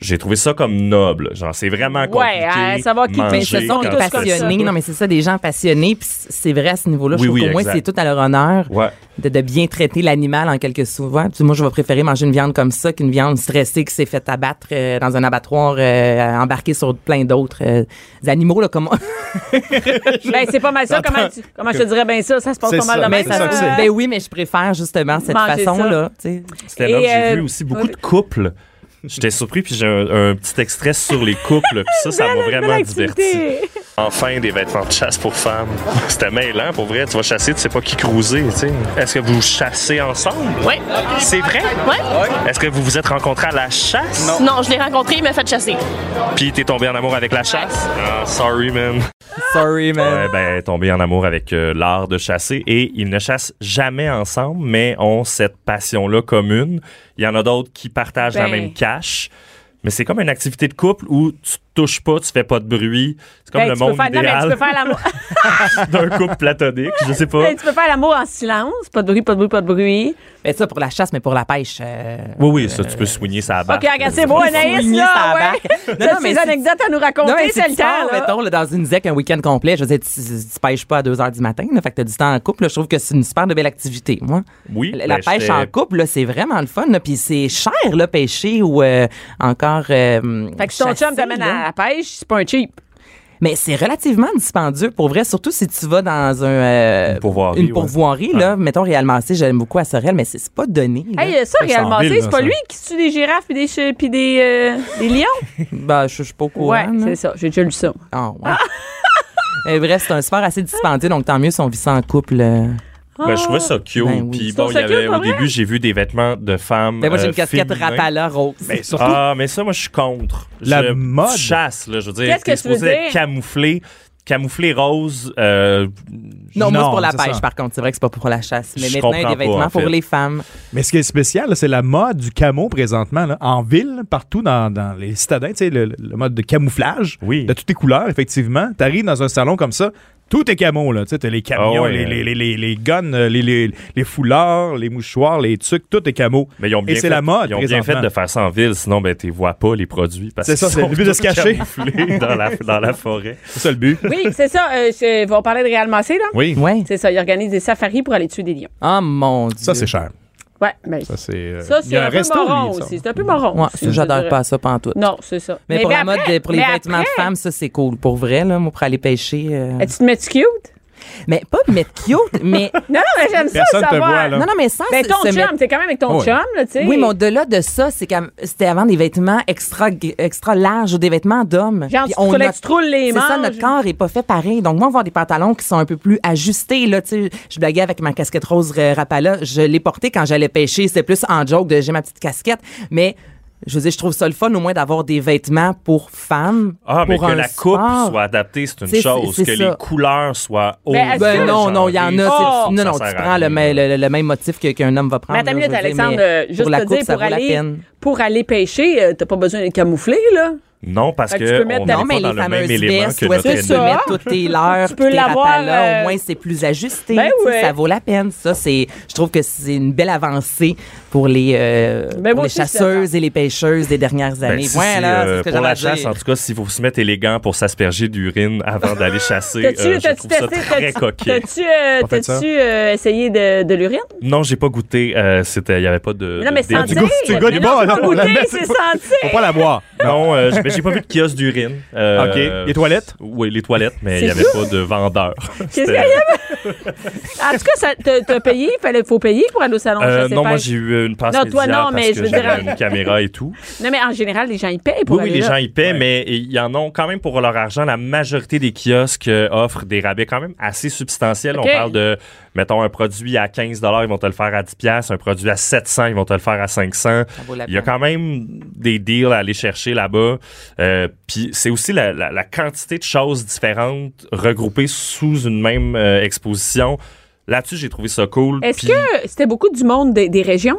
J'ai trouvé ça comme noble. Genre, c'est vraiment compliqué. euh, savoir qui- manger Mais ce sont quand tous tu fais comme passionnés. ça. Non, mais c'est ça, des gens passionnés. Puis c- c'est vrai à ce niveau-là. Je Oui, trouve oui, qu'au moins, exact. c'est tout à leur honneur Ouais. de, de bien traiter l'animal en quelque souvent. Puis moi, je vais préférer manger une viande comme ça qu'une viande stressée qui s'est faite abattre euh, dans un abattoir euh, embarqué sur plein d'autres euh, animaux. Là, comme... Ben, c'est pas mal ça. Comment, tu- comment je te dirais bien ça? Ça se passe C'est pas mal ça, de même. c'est ça que c'est. ben oui, mais je préfère justement cette Manger ça. façon-là. tu sais. C'était Et, là que j'ai euh, vu aussi beaucoup oui. de couples. J'étais surpris, puis j'ai un, un petit extrait sur les couples, puis ça, ça m'a vraiment diverti. Enfin, des vêtements de chasse pour femmes. C'était mêlant, pour vrai. Tu vas chasser, tu sais pas qui cruiser, tu sais. Est-ce que vous chassez ensemble? Oui. C'est vrai? Oui. Est-ce que vous vous êtes rencontrés à la chasse? Non. Non, je l'ai rencontré, il m'a fait chasser. Puis t'es tombé en amour avec la chasse? Ah, sorry, man. Sorry, man. Ouais, ben, tombé en amour avec euh, l'art de chasser et ils ne chassent jamais ensemble, mais ont cette passion-là commune. Il y en a d'autres qui partagent la Ben. même cache. Mais c'est comme une activité de couple où tu te touches pas, tu fais pas de bruit. C'est comme Ben, le tu peux monde faire- non, mais tu idéal peux faire l'amour- d'un couple platonique. Je sais pas. ben, tu peux faire l'amour en silence. Pas de bruit, pas de bruit, pas de bruit. Ben ça, pour la chasse, mais pour la pêche. euh, Oui, oui, ça, tu peux soigner sa barre. OK, regarde, c'est beau, Anaïs, souligner sa là. barque. Ouais. Non, T'as non, mais des c'est- anecdotes à nous Non, raconter, mais c'est le temps, fort, là. mettons, là, dans une ZEC un week-end complet, je veux dire, tu, tu pêches pas à 2 h du matin, là, fait que t'as du temps en couple, là, je trouve que c'est une super de belle activité, moi. Oui, La, la ben, pêche j'étais- en couple, là, c'est vraiment le fun, là, puis c'est cher, là, pêcher ou euh, encore. euh, Fait que si ton chasser, chum t'amène là. à la pêche, c'est pas un cheap. Mais c'est relativement dispendieux pour vrai, surtout si tu vas dans un. euh, Une pourvoirie, Une ouais. pourvoirie, là. Mettons, Réal Massé, j'aime beaucoup à Sorel, mais c'est c'est pas donné. là. Hey, ça, c'est en réellement, ville, c'est là, pas ça. lui qui tue des girafes puis des, che- puis des, euh, des lions. Ben, je je suis pas au courant. Ouais, là. c'est ça. J'ai déjà lu ça. Ah, ouais. Mais bref, c'est un sport assez dispendieux, donc tant mieux si on vit ça en couple. euh. Ben, je trouvais ça cute. Ben oui. Puis Tu bon, trouves il y ça cute, avait, pas au vrai? début, j'ai vu des vêtements de femmes. Ben, moi, j'ai euh, une casquette féminins. Rapala rose. Ben, surtout, Ah, mais ça, moi, je suis contre. La je, mode. tu chasses, là, je veux dire. Qu'est-ce que t'es tu veux supposé être dire? Camouflé, camouflé rose. euh, non, moi, c'est pour la c'est pêche, ça. par contre. C'est vrai que c'est pas pour la chasse. Mais Je maintenant, il y a comprends des pas, vêtements en pour fait. les femmes. Ah. Mais ce qui est spécial, là, c'est la mode du camo présentement, là, en ville, partout dans, dans les citadins, tu sais, le, le mode de camouflage Oui. de toutes les couleurs, effectivement. Tu arrives dans un salon comme ça, tout est camo, là. Tu sais, t'as les camions, Ah ouais. les, les, les, les, les guns, euh, les, les, les foulards, les mouchoirs, les trucs, tout est camo. mais ils ont bien Et c'est fait- la mode Ils ont bien fait présentement. de faire ça en ville, sinon, ben, tu vois pas les produits. parce C'est ça, qu'ils c'est le sont but de se tous cacher. camouflés dans la, dans la forêt. C'est ça le but. Oui, c'est ça. euh, je- on parlait de Réal Massé, là. Oui. Ouais. C'est ça. Il organise des safaris pour aller tuer des lions. Oh mon Dieu. Ça, c'est cher. Ouais, mais Ça, c'est. euh, ça, il y c'est a un, peu resto, moron lui, ça. aussi. C'est un peu moron. Ouais, aussi, ça, je j'adore dirais. pas ça, pas en tout. Non, c'est ça. Mais, pour la après- mode, de- pour les mais vêtements après, de femmes, ça, c'est cool. Pour vrai, là, moi, pour aller pêcher. euh, Tu te mets cute? Mais pas mettre cute, mais. Non, non, mais j'aime ça Personne te savoir. voit, là. Non, non, mais sans Ben, se- ton se chum, mettre- t'es quand même avec ton Ouais. chum, là, tu sais. Oui, mais au-delà de ça, c'est quand- c'était avant des vêtements extra, extra larges ou des vêtements d'hommes. Genre, Puis tu troulais- notre- tu troules les C'est ça, manches. notre corps est pas fait pareil. Donc, moi, avoir des pantalons qui sont un peu plus ajustés, là, tu sais, je blaguais avec ma casquette rose euh, Rapala. Je l'ai portée quand j'allais pêcher. C'était plus en joke de j'ai ma petite casquette. Mais, je veux dire, je trouve ça le fun au moins d'avoir des vêtements pour femmes. Ah, mais pour que un la coupe sport. soit adaptée, c'est une C'est- chose. c'est que ça. les couleurs soient hautes. Ben, est-ce Ben que- non, non, il y en a. Oh! c'est- non, Ça non, sert tu à prends le, rien. ma- le- le même motif que- qu'un homme va prendre. Mais attends une là, je minute, veux dire, Alexandre, mais euh, juste pour la te coupe, dire, ça pour vaut la aller, peine. pour aller pêcher, euh, t'as pas besoin d'être camouflé, là. Non, parce Fait que tu que peux mettre on ta- n'est Non, pas mais dans les le même fameuses élément vestes, que où est-ce notre que ennemi. tu peux mettre toutes tes leurs, Tu tu peux peux l'avoir, euh, au moins c'est plus ajusté. Ben tu sais, ouais. Ça vaut la peine. Ça, c'est, je trouve que c'est une belle avancée pour les, euh, Ben pour moi les aussi, je suis chasseuses et les pêcheuses des dernières Ben, années. si c'est, voilà, euh, c'est ce que pour j'avais à la dire. chasse, en tout cas, s'il faut se mettre élégant pour s'asperger d'urine avant d'aller chasser, T'as-tu euh, je t'as-tu trouve ça testé- très t'as-tu- coquet. T'as-tu euh, On fait ça. t'as-tu, euh, essayé de, de l'urine? Non, j'ai pas goûté. euh, C'était, il y avait pas de. Non, mais de début. sentir. goût- tu goûtes Non, bon, c'est non, pas on la goûter, met- c'est c'est pas- Faut sentir. pas la boire. Non, euh, j'ai- mais j'ai pas vu de kiosque d'urine. Euh, OK. Les toilettes? Oui, les toilettes, mais il C'est n'y avait tout? pas de vendeur. Qu'est-ce C'était- qu'il y avait? En tout cas, ça- t'as- t'as payé, il faut payer pour aller au salon. Euh, je sais non, pas. moi j'ai eu une passe Non, média toi, non, parce mais que je veux j'avais dire- une caméra et tout. Non, mais en général, les gens, ils payent pour Oui, oui, aller les là. gens y paient, mais ils en ont quand même pour leur argent. La majorité des kiosques euh, offrent des rabais quand même assez substantiels. OK. On parle de mettons, un produit à 15 ils vont te le faire à 10 un produit à 700 ils vont te le faire à 500 vaut la Il y a peine. quand même des deals à aller chercher là-bas. Euh, Puis c'est aussi la, la- la quantité de choses différentes regroupées sous une même euh, exposition. Là-dessus, j'ai trouvé ça cool. Est-ce Puis- que Euh, c'était beaucoup du monde des, des régions?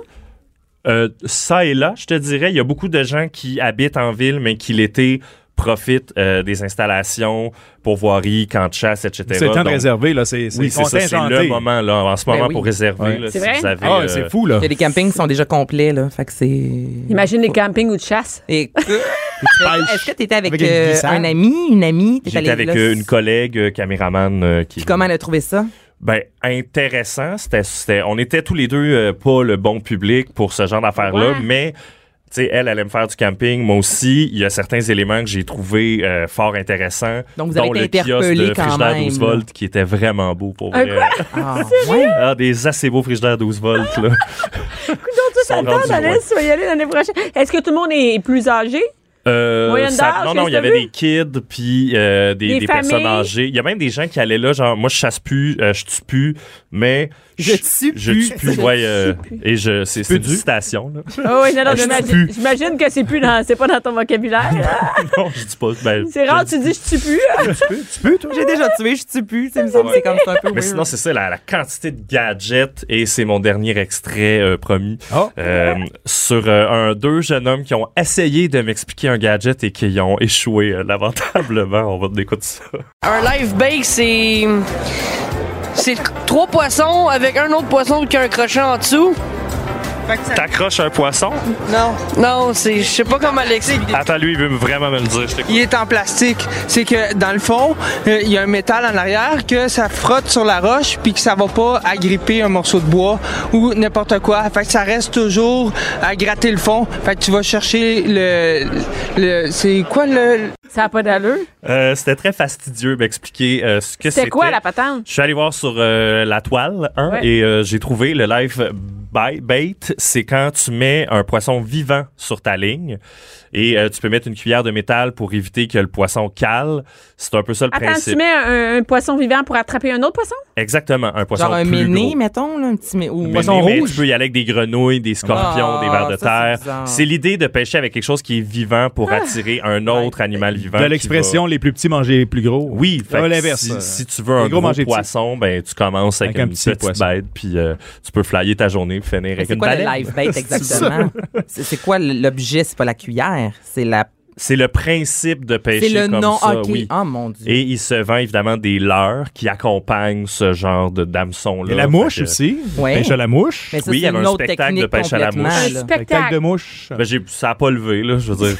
euh, ça et là, je te dirais, il y a beaucoup de gens qui habitent en ville, mais qui l'été profitent euh, des installations pour voirie, camp de chasse, etc. C'est le temps de Donc, réserver, là. C'est c'est Oui, c'est ça, c'est contingenté. le moment, là, en ce Ben moment, oui. pour réserver. Ouais. là, C'est si vrai? vous avez, Ah, euh, ouais, c'est fou, là. Il y a des campings qui sont déjà complets, là. Fait que c'est. Imagine les campings ou de chasse. Et- Est-ce que t'étais avec, Avec une euh, glissade. un ami, une amie? T'es J'étais allé avec là, euh, une collègue euh, caméraman euh, qui. Puis comment elle a trouvé ça? Ben, intéressant. C'était, c'était- on était tous les deux euh, pas le bon public pour ce genre d'affaires-là, Ouais. mais. tu sais, elle, elle aime faire du camping. Moi aussi, il y a certains éléments que j'ai trouvés euh, fort intéressants. Donc, vous avez dont été le kiosque interpellé de quand frigidaire même, 12 là. volts qui était vraiment beau pour Un vrai. Ah, ouais. Ah, des assez beaux frigidaires 12 volts, là. Donc, tout Ils sont ça le temps, rendus Anaïs, tu vas y aller l'année prochaine. Est-ce que tout le monde est plus âgé? Euh, Moyenne ça- d'âge, non, non, il y les avait saluts? des kids, puis euh, des, Des des personnes familles? âgées. Il y a même des gens qui allaient là, genre, moi, je chasse plus, euh, je tue plus, mais... Je tue Je plus. tue plus, ouais. euh, et je, c'est, c'est une du. citation, là. Ah oui, non, non, Je j'imagine, tue. j'imagine que c'est plus dans, c'est pas dans ton vocabulaire. non, je dis pas. ben, C'est je rare, dis- tu dis je tue plus. Tu peux, toi? J'ai déjà tué, je tue plus. tu sais, il me semble que C'est comme ça un peu. Mais weird. sinon, c'est ça, la, la quantité de gadgets, et c'est mon dernier extrait euh, promis, Oh. Euh, sur euh, un deux jeunes hommes qui ont essayé de m'expliquer un gadget et qui ont échoué euh, lamentablement. On va te écouter ça. Un live bake, c'est. C'est trois poissons avec un autre poisson qui a un crochet en dessous. T'accroches un poisson? Non. Non, c'est. Je sais pas comment l'expliquer. Attends, lui, il veut vraiment me le dire. Je t'écoute. Il est en plastique. C'est que dans le fond, euh, il y a un métal en arrière que ça frotte sur la roche puis que ça va pas agripper un morceau de bois ou n'importe quoi. Fait que ça reste toujours à gratter le fond. Fait que tu vas chercher le. le c'est quoi le. Ça n'a pas d'allure. Euh, c'était très fastidieux m'expliquer euh, ce que c'était. C'est quoi la patente? Je suis allé voir sur euh, la toile hein, Ouais. et euh, j'ai trouvé le live by- bait. C'est quand tu mets un poisson vivant sur ta ligne et euh, tu peux mettre une cuillère de métal pour éviter que le poisson cale. C'est un peu ça le Attends, principe. tu mets un, un poisson vivant pour attraper un autre poisson? Exactement, un poisson Genre un plus méné, gros. mettons, là, un petit mé- ou Mais- poisson mais rouge. Tu peux y aller avec des grenouilles, des scorpions, Ah, des vers de ça, c'est terre. bizarre. Ah. C'est l'idée de pêcher avec quelque chose qui est vivant pour attirer un autre animal vivant. De qui va- l'expression les plus petits manger les plus gros. Oui, fait Ah, que l'inverse. Si, euh, si tu veux les un gros gros, manger petits. poisson, ben tu commences avec, Avec un une petit petite poisson. bête, puis euh, tu peux flyer ta journée, puis finir Mais avec C'est une quoi le baleine. live bait exactement? C'est c'est quoi l'objet? C'est pas la cuillère, c'est la. C'est le principe de C'est pêcher le comme nom. ça, ok. oui. Oh mon dieu. Et il se vend évidemment des leurres qui accompagnent ce genre de dameson-là. Et la Fait mouche que- aussi. Ouais. Pêche à la mouche. Mais ça, oui, il y c'est avait une un autre spectacle de technique pêche à la complètement, mouche. là. Un spectacle. de mouche. Ben, j'ai- ça n'a pas levé, là, je veux dire.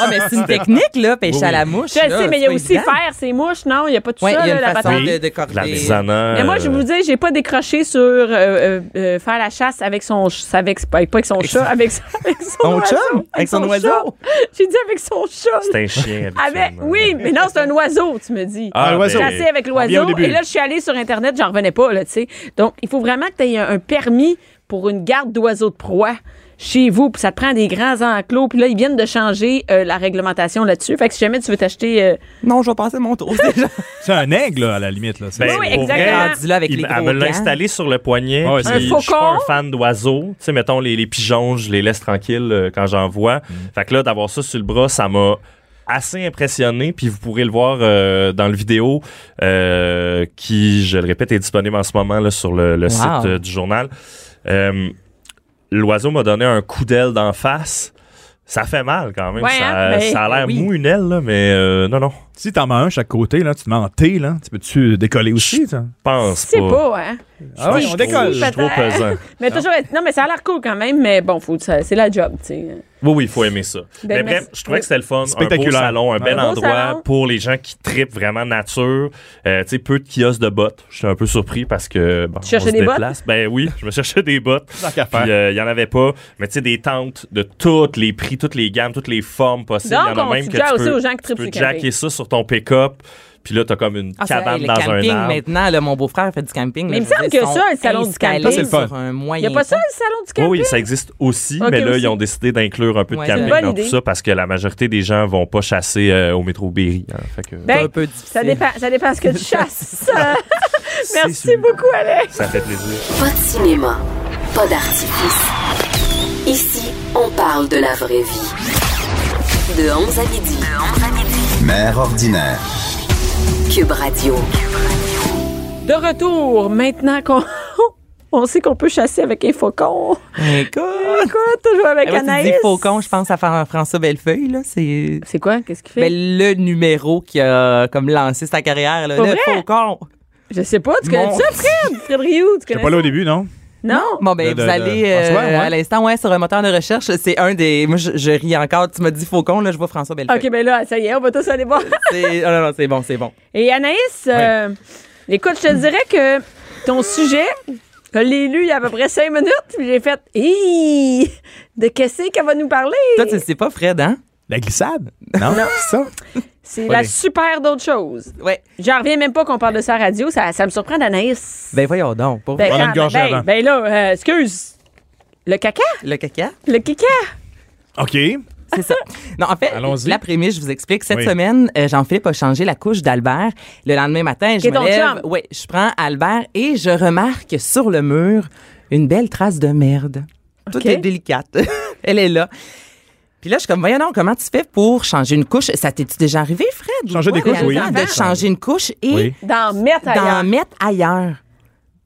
Ah, mais c'est une technique, là, pêche Oui, à la mouche. Je là, sais, mais il y a c'est aussi évident. faire ses mouches, non? Il n'y a pas tout Ouais, ça, il y là, a la une façon patente. de, de La corder. l'artisanat. Mais moi, je euh, vous dis, j'ai pas décroché sur euh, euh, euh, faire la chasse avec son ch- avec avec- pas avec son chat, avec, son- avec son Son oiseau, chum? Avec son oiseau? chat. J'ai dit avec son chat. C'est un chien. Avec, habituellement. oui, mais non, c'est un oiseau, tu me dis. Ah, Un oiseau. ben, Chasser avec On vient au l'oiseau. début. Et là, je suis allée sur Internet, j'en revenais pas, là, tu sais. Donc, il faut vraiment que tu aies un un permis pour une garde d'oiseaux de proie chez vous, puis ça te prend des grands enclos, puis là, ils viennent de changer euh, la réglementation là-dessus. Fait que si jamais tu veux t'acheter... euh, Non, je vais passer mon tour déjà. C'est un aigle, là, à la limite. Là. Ben, Oui, oui, pour vrai, exactement. Rendu là avec il- les elle gros me l'a gants. installé sur le poignet. Ouais, puis c'est- Un je suis pas faucon. un fan d'oiseaux. Tu sais, mettons, les, les pigeons, je les laisse tranquilles euh, quand j'en vois. Mm. Fait que là, d'avoir ça sur le bras, ça m'a assez impressionné. Puis vous pourrez le voir euh, dans le vidéo euh, qui, je le répète, est disponible en ce moment là, sur le, le site euh, du journal. Euh, L'oiseau m'a donné un coup d'aile d'en face. Ça fait mal quand même. Ouais, ça, hein, mais- ça a l'air oui. mou une aile, là, mais euh, non, non. Si t'en mets un chaque côté, là, tu te mets en T, là, tu peux-tu décoller aussi? Ça? Pense C'est pas, hein? Ah oui, oui, on décolle. Je suis trop Peut-être. pesant. Mais toujours... être- Non, mais ça a l'air cool quand même, mais bon, faut, ça- c'est la job, tu sais. Oui, oui, il faut aimer ça. Mais Ben, merci. bref, je trouvais que c'était le fun. Un beau Spectaculaire. salon, un bel Ouais. Beau endroit salon. pour les gens qui tripent vraiment nature. Euh, tu sais, peu de kiosques de bottes. J'étais un peu surpris parce que. Bon, Tu cherchais on se des bottes? déplace. Ben oui, je me cherchais des bottes. Tant qu'à Puis faire. euh, il y en avait pas. Mais tu sais, des tentes de toutes les prix, toutes les gammes, toutes les formes possibles. Donc, il y en a on même que suggère tu aussi peux, aux gens qui tu tripent peux sur le jacker camping. ça sur ton pick-up. Puis là, t'as comme une Ah, c'est vrai, cabane le dans camping un arbre. maintenant, là, mon beau-frère fait du camping. Mais là, il me je veux semble dire, que ils ça, sont le salon du installés camping, c'est le sur un Il n'y moyen a pas ça, temps. le salon du Oui, Oh camping? Oh oui, ça existe aussi, Ok, mais là, aussi. ils ont décidé d'inclure un peu Ouais, de c'est une camping bonne dans idée. tout ça parce que la majorité des gens vont pas chasser euh, au métro Berry. hein. Fait que- C'est Ben, un peu difficile. ça dépend, ça dépend ce que tu chasses. hein. Merci beaucoup, Alex. Ça fait plaisir. Pas de cinéma, pas d'artifice. Ici, on parle de la vraie vie. De 11 à midi. Mère ordinaire. Cube Radio. De retour, maintenant qu'on on sait qu'on peut chasser avec un faucon. Écoute. Écoute, toujours avec Ah ouais, tu Anaïs. dis faucon, je pense à Fran- François Bellefeuille, là. C'est. C'est quoi? Qu'est-ce qu'il fait? Ben, le numéro qui a comme lancé sa carrière, là. Pas le vrai? faucon. Je sais pas. Tu connais Mon- ça, Fred? Fred Rioux, tu J'étais connais pas là ça? au début, non? Non? Bon, ben, De- de- vous de allez euh, François, ouais. à l'instant, ouais, sur un moteur de recherche. C'est un des. Moi, je, je ris encore. Tu m'as dit faucon, là, je vois François Bellefeuille. OK, ben là, ça y est, on va tous aller voir. C'est- oh, non, non, c'est bon, c'est bon. Et Anaïs, euh, écoute, je te dirais que ton sujet, je l'ai lu il y a à peu près cinq minutes, puis j'ai fait Hi! De qu'est-ce qu'elle va nous parler? Toi, tu le sais pas, Fred, hein? La glissade? Non, c'est ça? C'est Ouais. la super d'autre chose. Ouais. J'en reviens même pas qu'on parle de ça à la radio, ça, ça me surprend d'Anaïs. Ben, voyons donc. Pour Ben, prendre une quand- gorgée ben, avant. ben là, euh, excuse. Le caca? le caca. Le caca? OK. C'est ça. Non, en fait, Allons-y. la prémisse, je vous explique. Cette Oui. semaine, euh, Jean-Philippe a changé la couche d'Albert. Le lendemain matin, je Qui est me ton lève. chum. Oui, je prends Albert et je remarque sur le mur une belle trace de merde. Tout OK. est délicate. Elle est là. Puis là, je suis comme, voyons donc, comment tu fais pour changer une couche? Ça t'est-tu déjà arrivé, Fred? Changer ou des quoi, couches, oui. réellement, De changer une couche et Oui. D'en mettre d'en ailleurs. mettre ailleurs.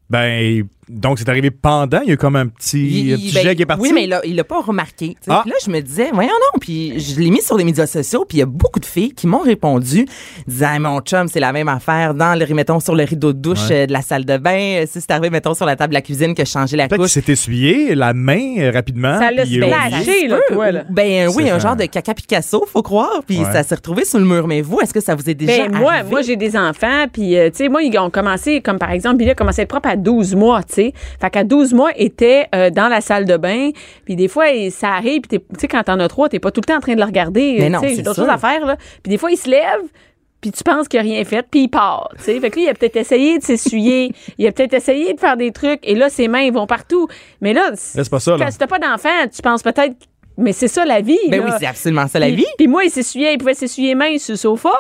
Ben, donc, c'est arrivé pendant. Il y a eu comme un petit, un petit ben, jet qui est parti. Oui, mais là, il l'a pas remarqué. tu sais. Ah. Puis Là, je me disais, voyons non. Puis je l'ai mis sur les médias sociaux, puis il y a beaucoup de filles qui m'ont répondu, disant, Hey, mon chum, c'est la même affaire dans le, mettons, sur le rideau de douche euh, de la salle de bain. Euh, Si c'est arrivé, mettons, sur la table de la cuisine, que changer la Peut-être qu'il couche. s'est essuyé la main euh, rapidement. Ça l'a puis il a oublié. splashé. Ça se là, peut. toi, là. Ben oui, C'est un ça. genre de caca Picasso, faut croire. Puis Ouais. ça s'est retrouvé sur le mur. Mais vous, est-ce que ça vous est déjà Ben, moi, arrivé? moi j'ai des enfants, puis, euh, tu sais, moi, ils ont commencé, comme par exemple, Billy a commencé à être propre à 12 mois, tu sais. Fait qu'à 12 mois, il était euh, dans la salle de bain, puis des fois, il- ça arrive, puis t'es- tu sais, quand t'en as trois, t'es pas tout le temps en train de le regarder. Mais euh, non, tu sais, c'est j'ai d'autres sûr. choses à faire, là. Puis des fois, il se lève, puis tu penses qu'il a rien fait, puis il part, tu sais. Fait que lui, il a peut-être essayé de s'essuyer, il a peut-être essayé de faire des trucs, et là, ses mains, ils vont partout. Mais là, Là, c'est pas ça, là. quand t'as pas d'enfant, tu penses peut-être... Mais c'est ça la vie. Ben là. oui, c'est absolument ça la Puis- vie. Puis moi, il s'essuyait, il pouvait s'essuyer main sur le sofa.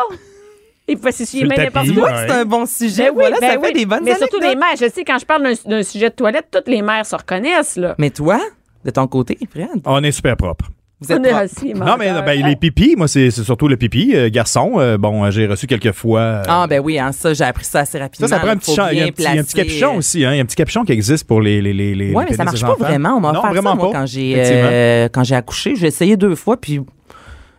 Il pouvait s'essuyer Sur main le n'importe tapis. où. Ouais. C'est un bon sujet. Ben oui, voilà, ben ça oui. fait des bonnes Mais surtout les anecdotes. mères. Je sais, quand je parle d'un- d'un sujet de toilette, toutes les mères se reconnaissent, là. Mais toi, de ton côté, Fred, On est super propre. vous êtes On est propre. assis, Non, mais menteur. euh, ben, les pipis, moi, c'est c'est surtout le pipi. euh, garçon, euh, bon, euh, j'ai reçu quelques fois. euh, Ah ben oui, hein, ça j'ai appris ça assez rapidement. ça, ça prend là, un petit, faut champ- il y a bien un petit, il y a un petit placer, capuchon euh, aussi. Hein, il y a un petit capuchon qui existe pour les. les, les, les Ouais, les mais ça pénis marche des pas enfants. vraiment. On m'a Non, offert ça, vraiment moi, pas. quand j'ai Effectivement. euh, quand j'ai accouché, j'ai essayé deux fois puis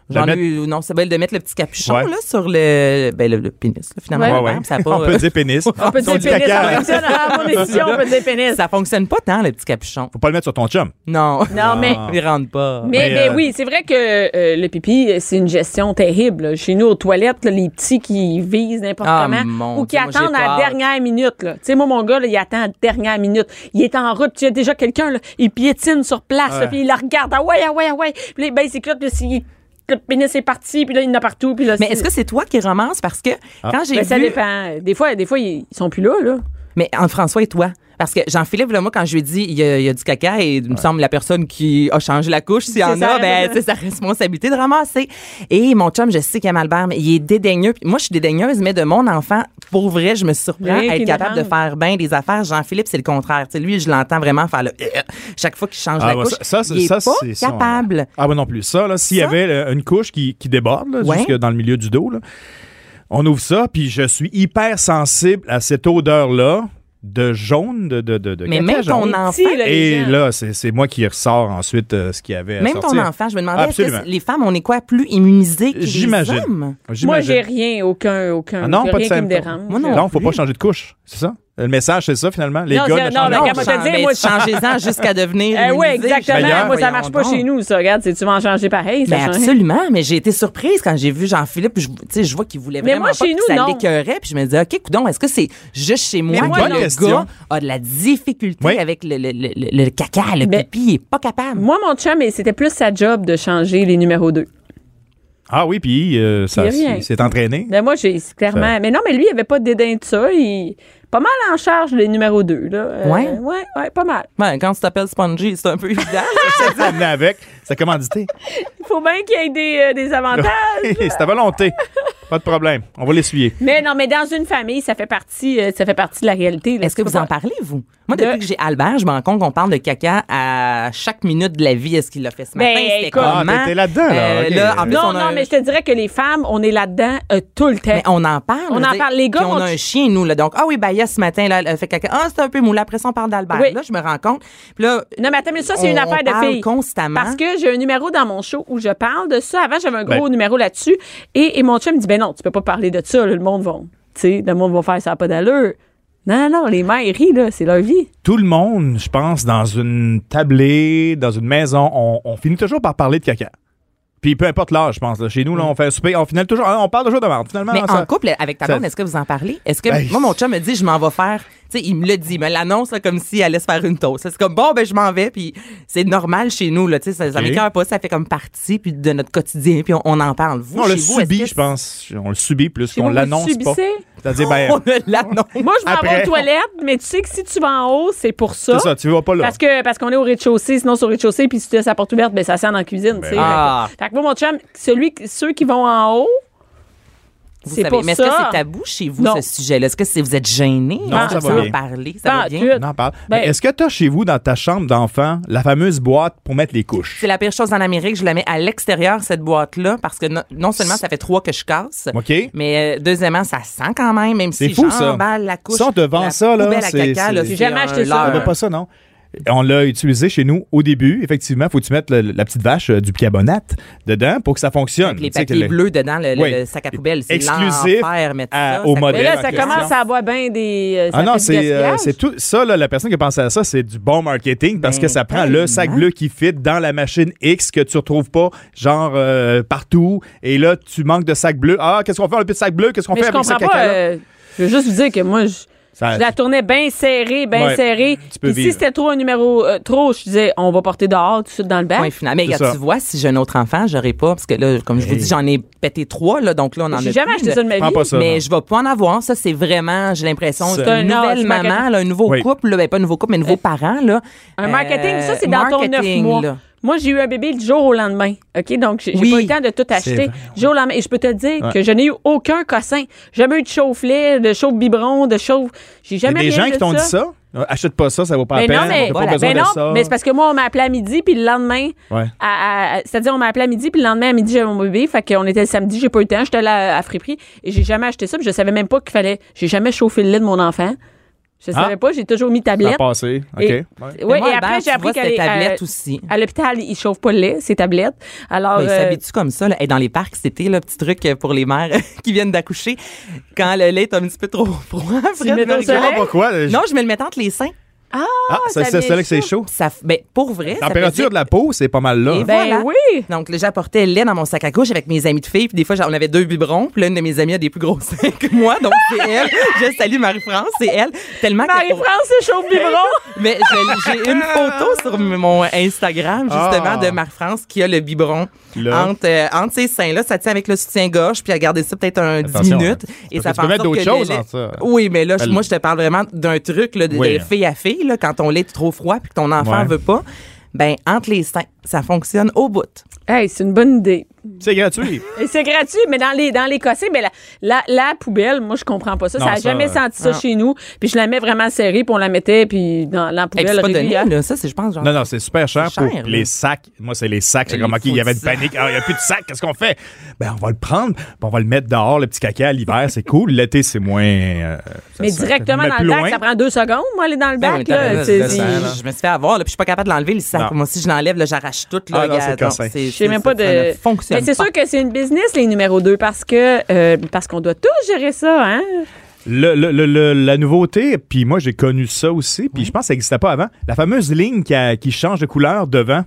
j'en ai mettre- eu non, c'est belle de mettre le petit capuchon Ouais. là sur le ben le, le pénis là, finalement. Ouais, la ouais. barbe, hein, Ça a pas, On peut dire pénis. On peut dire pénis. Ça fonctionne. Ah, mon édition, on peut dire pénis. ça fonctionne pas tant le petit capuchon. Faut pas le mettre sur ton chum. Non, Non, mais. il rentre pas. Mais, Mais, mais euh, oui, c'est vrai que euh, le pipi, c'est une gestion terrible. là. Chez nous, aux toilettes, là, les petits qui visent n'importe Ah, comment mon ou qui Dieu, moi, j'ai attendent à la peur. dernière minute. là. Tu sais, moi, mon gars, là, il attend à la dernière minute. Il est en route, puis il y a déjà quelqu'un, là, il piétine sur place, là, puis il la regarde. Ah ouais, ah ouais, ah ouais. Puis là, ben, il s'éclate, puis s'il- le pénis est parti, puis là, il en a partout. Puis là, Mais c'est- est-ce que c'est toi qui romances parce que Ah. quand j'ai Ben, ça vu- dépend. Des fois, des fois, ils ils sont plus là, là. Mais en François et toi? Parce que Jean-Philippe, là, moi, quand je lui ai dit, il y a, il y a du caca et il me semble la personne qui a changé la couche, s'il y en C'est ça, a, ben, là. c'est sa responsabilité de ramasser. Et mon chum, je sais qu'il aime Albert, mais il est dédaigneux. Puis moi, je suis dédaigneuse, mais de mon enfant, pour vrai, je me surprends Oui, à qu'il être capable de dérange. faire bien des affaires. Jean-Philippe, c'est le contraire. Tu sais, lui, je l'entends vraiment faire le... euh, Chaque fois qu'il change Ah, la ouais, couche, ça, ça, il est ça, pas c'est ça, ouais. capable. Ah, moi non plus. Ça, là, s'il y Ça? avait euh, une couche qui, qui déborde, là, Ouais. jusque dans le milieu du dos, là, on ouvre ça, puis je suis hyper sensible à cette odeur-là de jaune, de, de, de, de Mais caca même jaune. ton enfant... Petits, là, les Et gens. là, c'est c'est moi qui ressors ensuite euh, ce qu'il y avait à Même ton sortir. enfant, je me demandais, est-ce Absolument. que les femmes, on est quoi, plus immunisées que les J'imagine. hommes? Moi, J'imagine. j'ai rien, aucun, aucun. Ah non, j'ai pas de rien qui me symptômes. dérange. Moi non. Non, faut pas plus. changer de couche, c'est ça? Le message, c'est ça, finalement? Les Non, c'est- gars, ne non, changent mais pas. quand- te dire, ben, moi, changez-en jusqu'à devenir. Eh oui, immunisé. exactement. D'ailleurs, Moi, ça marche pas voyons chez donc. nous, ça. Regarde, si tu m'en changer pareil, ça Mais change. absolument, mais j'ai été surprise quand j'ai vu Jean-Philippe, je, tu sais, je vois qu'il voulait Mais vraiment moi, pas chez que nous, ça non. l'écœurait, puis je me disais, OK, coudon, est-ce que c'est juste chez moi Mais moi, que non. le Question. gars a de la difficulté Oui. avec le, le, le, le- le caca, le Mais- pipi, il est pas capable. Moi, mon chum, et c'était plus sa job de changer les numéros 2. Ah oui, puis euh, ça, Il y a rien. il s'est entraîné. Mais moi, j'ai c'est clairement. Mais non, mais lui, il avait pas de dédain de ça. Il pas mal en charge les numéros 2. Là. Euh, Ouais? ouais, ouais, pas mal. Ben, quand tu t'appelles Spongy, c'est un peu évident. Il s'est amené avec sa commandité. Il faut bien qu'il y ait des, euh, des avantages. C'est ta volonté. Pas de problème. On va l'essuyer. Mais non, mais dans une famille, ça fait partie, euh, ça fait partie de la réalité. là. Est-ce que Tu vous peux en pas- parlez, vous? Moi, De- depuis que j'ai Albert, je me rends compte qu'on parle de caca à chaque minute de la vie. Est-ce qu'il l'a fait ce Ben, matin? C'était écoute- Ah, comment? Euh, t'étais là-dedans, là. Ok. en plus, Non, on a non, un- mais je te dirais que les femmes, on est là-dedans euh, tout le temps. Mais on en parle. On je en veux dire, parle, les gars, puis on, on- a un chien, nous, là. Donc, ah oui, bah, ce matin, là, elle a fait caca. Ah, c'est un peu mou. Après ça, on parle d'Albert. Oui. Là, je me rends compte. Puis là, Non, mais attends, mais ça, c'est On- une affaire on de parle filles. constamment. Parce que j'ai un numéro dans mon show où je parle de ça. Avant, j'avais un gros Ben. numéro là-dessus. Et, et mon chum me dit, ben non, tu peux pas parler de ça. là. le monde va, tu sais, le monde va faire ça a pas d'allure. Non, non, les mères ils rient, là, c'est leur vie. Tout le monde, je pense, dans une tablée, dans une maison, on, on finit toujours par parler de caca. Puis peu importe l'âge, je pense. là. Chez nous, là, on fait un souper, on finit toujours, ah, on parle toujours de merde. Finalement, Mm. mais on s'en- en couple, avec ta ça- blonde, est-ce que vous en parlez? Est-ce que. Ben, moi, mon chum me dit, je m'en vais faire. Tu sais, il me le dit, il me l'annonce là, comme s'il allait se faire une toast. C'est comme, bon, ben, je m'en vais. Puis c'est normal chez nous, là. Tu sais, ça, ça Ok. m'écoeure pas. Ça fait comme partie puis de notre quotidien. Puis on, on en parle. Vous, on chez le vous, est-ce subit, que je pense. On le subit plus Chez qu'on vous, vous l'annonce le pas. subissez? C'est-à-dire, ben, On ne l'annonce. Moi, je m'en vais Après. aux toilettes, mais tu sais que si tu vas en haut, c'est pour ça. c'est ça, tu vas pas là. Parce que parce qu'on est au rez-de-chaussée, sinon sur le rez-de-chaussée, puis si tu laisses la porte ouverte, ben ça sent dans la cuisine. tu sais. Ah. Fait que- Fait que moi, mon chum, celui, ceux qui vont en haut, Vous c'est savez. pour mais est-ce ça. que c'est tabou chez vous, Non. ce sujet-là? Est-ce que c'est- vous êtes gêné? Non, ça va bien. parler, ça va Pas bien. tout. On en parle. Ben- Mais Est-ce que tu as chez vous, dans ta chambre d'enfant, la fameuse boîte pour mettre les couches? C'est la pire chose en Amérique. Je la mets à l'extérieur, cette boîte-là, parce que non, non seulement ça fait trois que je casse, OK. mais euh, deuxièmement, ça sent quand même, même C'est si fou, ça. j'emballe la couche. Ça, on te vend la ça, là, poubelle à c'est- caca, là, c'est- c'est J'ai jamais un acheté ça. leurre. On n'a pas ça, non? On l'a utilisé chez nous au début. Effectivement, faut que tu mettes le- la petite vache euh, du bicarbonate dedans pour que ça fonctionne. Avec les Tu sais que papiers le- bleus dedans, le, le- Oui. le sac à poubelle. C'est Exclusif l'enfer, mettre à- ça, au ça modèle. mais Modèle là, en ça question. commence à avoir bien des. euh, ça Ah fait non, du c'est euh, gaspillage. c'est tout ça là, la personne qui a pensé à ça, c'est du bon marketing parce Ben, que ça prend le sac tellement. bleu qui fit dans la machine X que tu retrouves pas genre euh, partout et là tu manque de sac bleu. Ah, qu'est-ce qu'on fait on a plus de sac bleu Qu'est-ce qu'on Mais fait je avec ce comprends caca pas. là euh, je veux juste vous dire que moi, je, Ça- je la tournais bien serrée, bien Ouais, serrée. tu peux Puis si vivre. c'était trop un numéro euh, trop, je disais, on va porter dehors tout de suite dans le bac. Point final. Mais C'est ça. regarde, tu vois, si j'ai un autre enfant, j'aurais pas, parce que là, comme je vous dis, j'en ai pété trois, là, donc là, on en a J'ai jamais plus acheté de- ça de ma Prends vie. pas ça. mais non. je vais pas en avoir. Ça, c'est vraiment, j'ai l'impression, C'est c'est une un nouvelle autre maman, marketing. là, un nouveau Oui. couple, là, ben, pas un nouveau couple, mais un nouveau parent. Là. Un Euh, marketing, ça, c'est dans ton neuf marketing, mois. là. Moi, j'ai eu un bébé le jour au lendemain. OK? Donc, j'ai j'ai Oui. pas eu le temps de tout acheter. Du jour au lendemain. Et je peux te dire que je n'ai eu aucun cossin. J'ai Jamais eu de chauffe-lait, de chauffe-biberon, de chauffe. J'ai Il y a jamais des rien gens de qui t'ont dit ça. Euh, Achète pas ça, ça vaut pas Ben la peine. non, mais, T'as voilà, pas besoin ben de non, ça. mais c'est parce que moi, on m'a appelé à midi, puis le lendemain, Ouais. à- à- à- c'est-à-dire, on m'a appelé à midi, puis le lendemain, à midi, j'avais mon bébé. Fait qu'on était le samedi, j'ai pas eu le temps, j'étais là à friperie, et j'ai jamais acheté ça, puis je savais même pas qu'il fallait. J'ai jamais chauffé le lait de mon enfant. Je Ah. savais pas, j'ai toujours mis Ça a tablette. passé. OK. Ah, Et- Ouais. Ouais, Mais moi, et Albert, après, j'ai tu appris euh, vois, qu'à c'était les- à- tablette aussi. À l'hôpital, ils chauffent pas le lait, c'est tablette. Alors, Ben, ils euh, s'habituent comme ça. Là. Et dans les parcs, c'était le petit truc pour les mères qui viennent d'accoucher. Quand le lait est un petit peu trop froid, Fred, mets ton regarde. Je comprends soleil? pourquoi. euh, je- Ah, Non, je me le mettais entre les seins. ah, c'est ça c'est- vient c'est là que c'est chaud. chaud. Ça, f- ben, pour vrai. La ça température faisait- de la peau, c'est pas mal là. Et ben voilà. oui! Donc, là, j'apportais le lait dans mon sac à couche avec mes amis de filles. Puis des fois, genre, on avait deux biberons. Puis l'une de mes amies a des plus gros seins que moi. Donc, c'est elle. Je salue Marie-France. C'est elle. Tellement que- Marie-France, c'est chauffe biberon! Mais je- j'ai une photo sur m- mon Instagram, Ah. justement, de Marie-France qui a le biberon Là. entre, euh, entre ses seins. Là, ça tient avec le soutien-gorge, puis elle gardait ça peut-être un 10 Attention, minutes. hein. Et Parce ça que tu fait en peux mettre sorte d'autres que le choses dans lait- ça. Oui, mais là, je- Elle- moi, je te parle vraiment d'un truc là, de, Oui. de fille à fille, là, quand ton lait est trop froid puis que ton enfant Ouais. veut pas. Ben, entre les seins, ça fonctionne au bout. Hey, c'est une bonne idée. C'est gratuit. Et c'est gratuit, mais dans les, dans les cossins, ben la, la, la poubelle, moi, je comprends pas ça. Non, ça a ça, jamais euh, senti ça non. chez nous. Puis je la mets vraiment serrée, puis on la mettait, puis dans la Hey, poubelle c'est pas régulière. donné, là. Ça, c'est, je pense, genre. Non, non, c'est super cher, C'est cher, pour là. les sacs. Moi, c'est les sacs. J'ai Les remarqué qu'il y avait une faux sacs. panique. Ah, il n'y a plus de sacs. Qu'est-ce qu'on fait? Ben, on va le prendre. puis on va le mettre dehors, le petit caca, à l'hiver. C'est cool. L'été, c'est moins. euh, ça- Mais ça- directement mais dans plus le bac, loin. ça prend deux secondes, moi, aller dans le Ben bac. oui, t'as là, raison, c'est- c'est ça, c'est- là. Je me suis fait avoir, là, puis je suis pas capable de l'enlever le sac. Non. Moi, si je l'enlève, là, j'arrache tout. Là, Ah non, regarde, c'est cassin. Je sais même pas de. Ça ne fonctionne Mais c'est pas. sûr que c'est une business, les numéros 2, parce que euh, parce qu'on doit tous gérer ça, hein? Le- le- le- le- la nouveauté, puis moi, j'ai connu ça aussi. Puis je pense que ça n'existait pas avant. La fameuse ligne qui, a- qui change de couleur devant.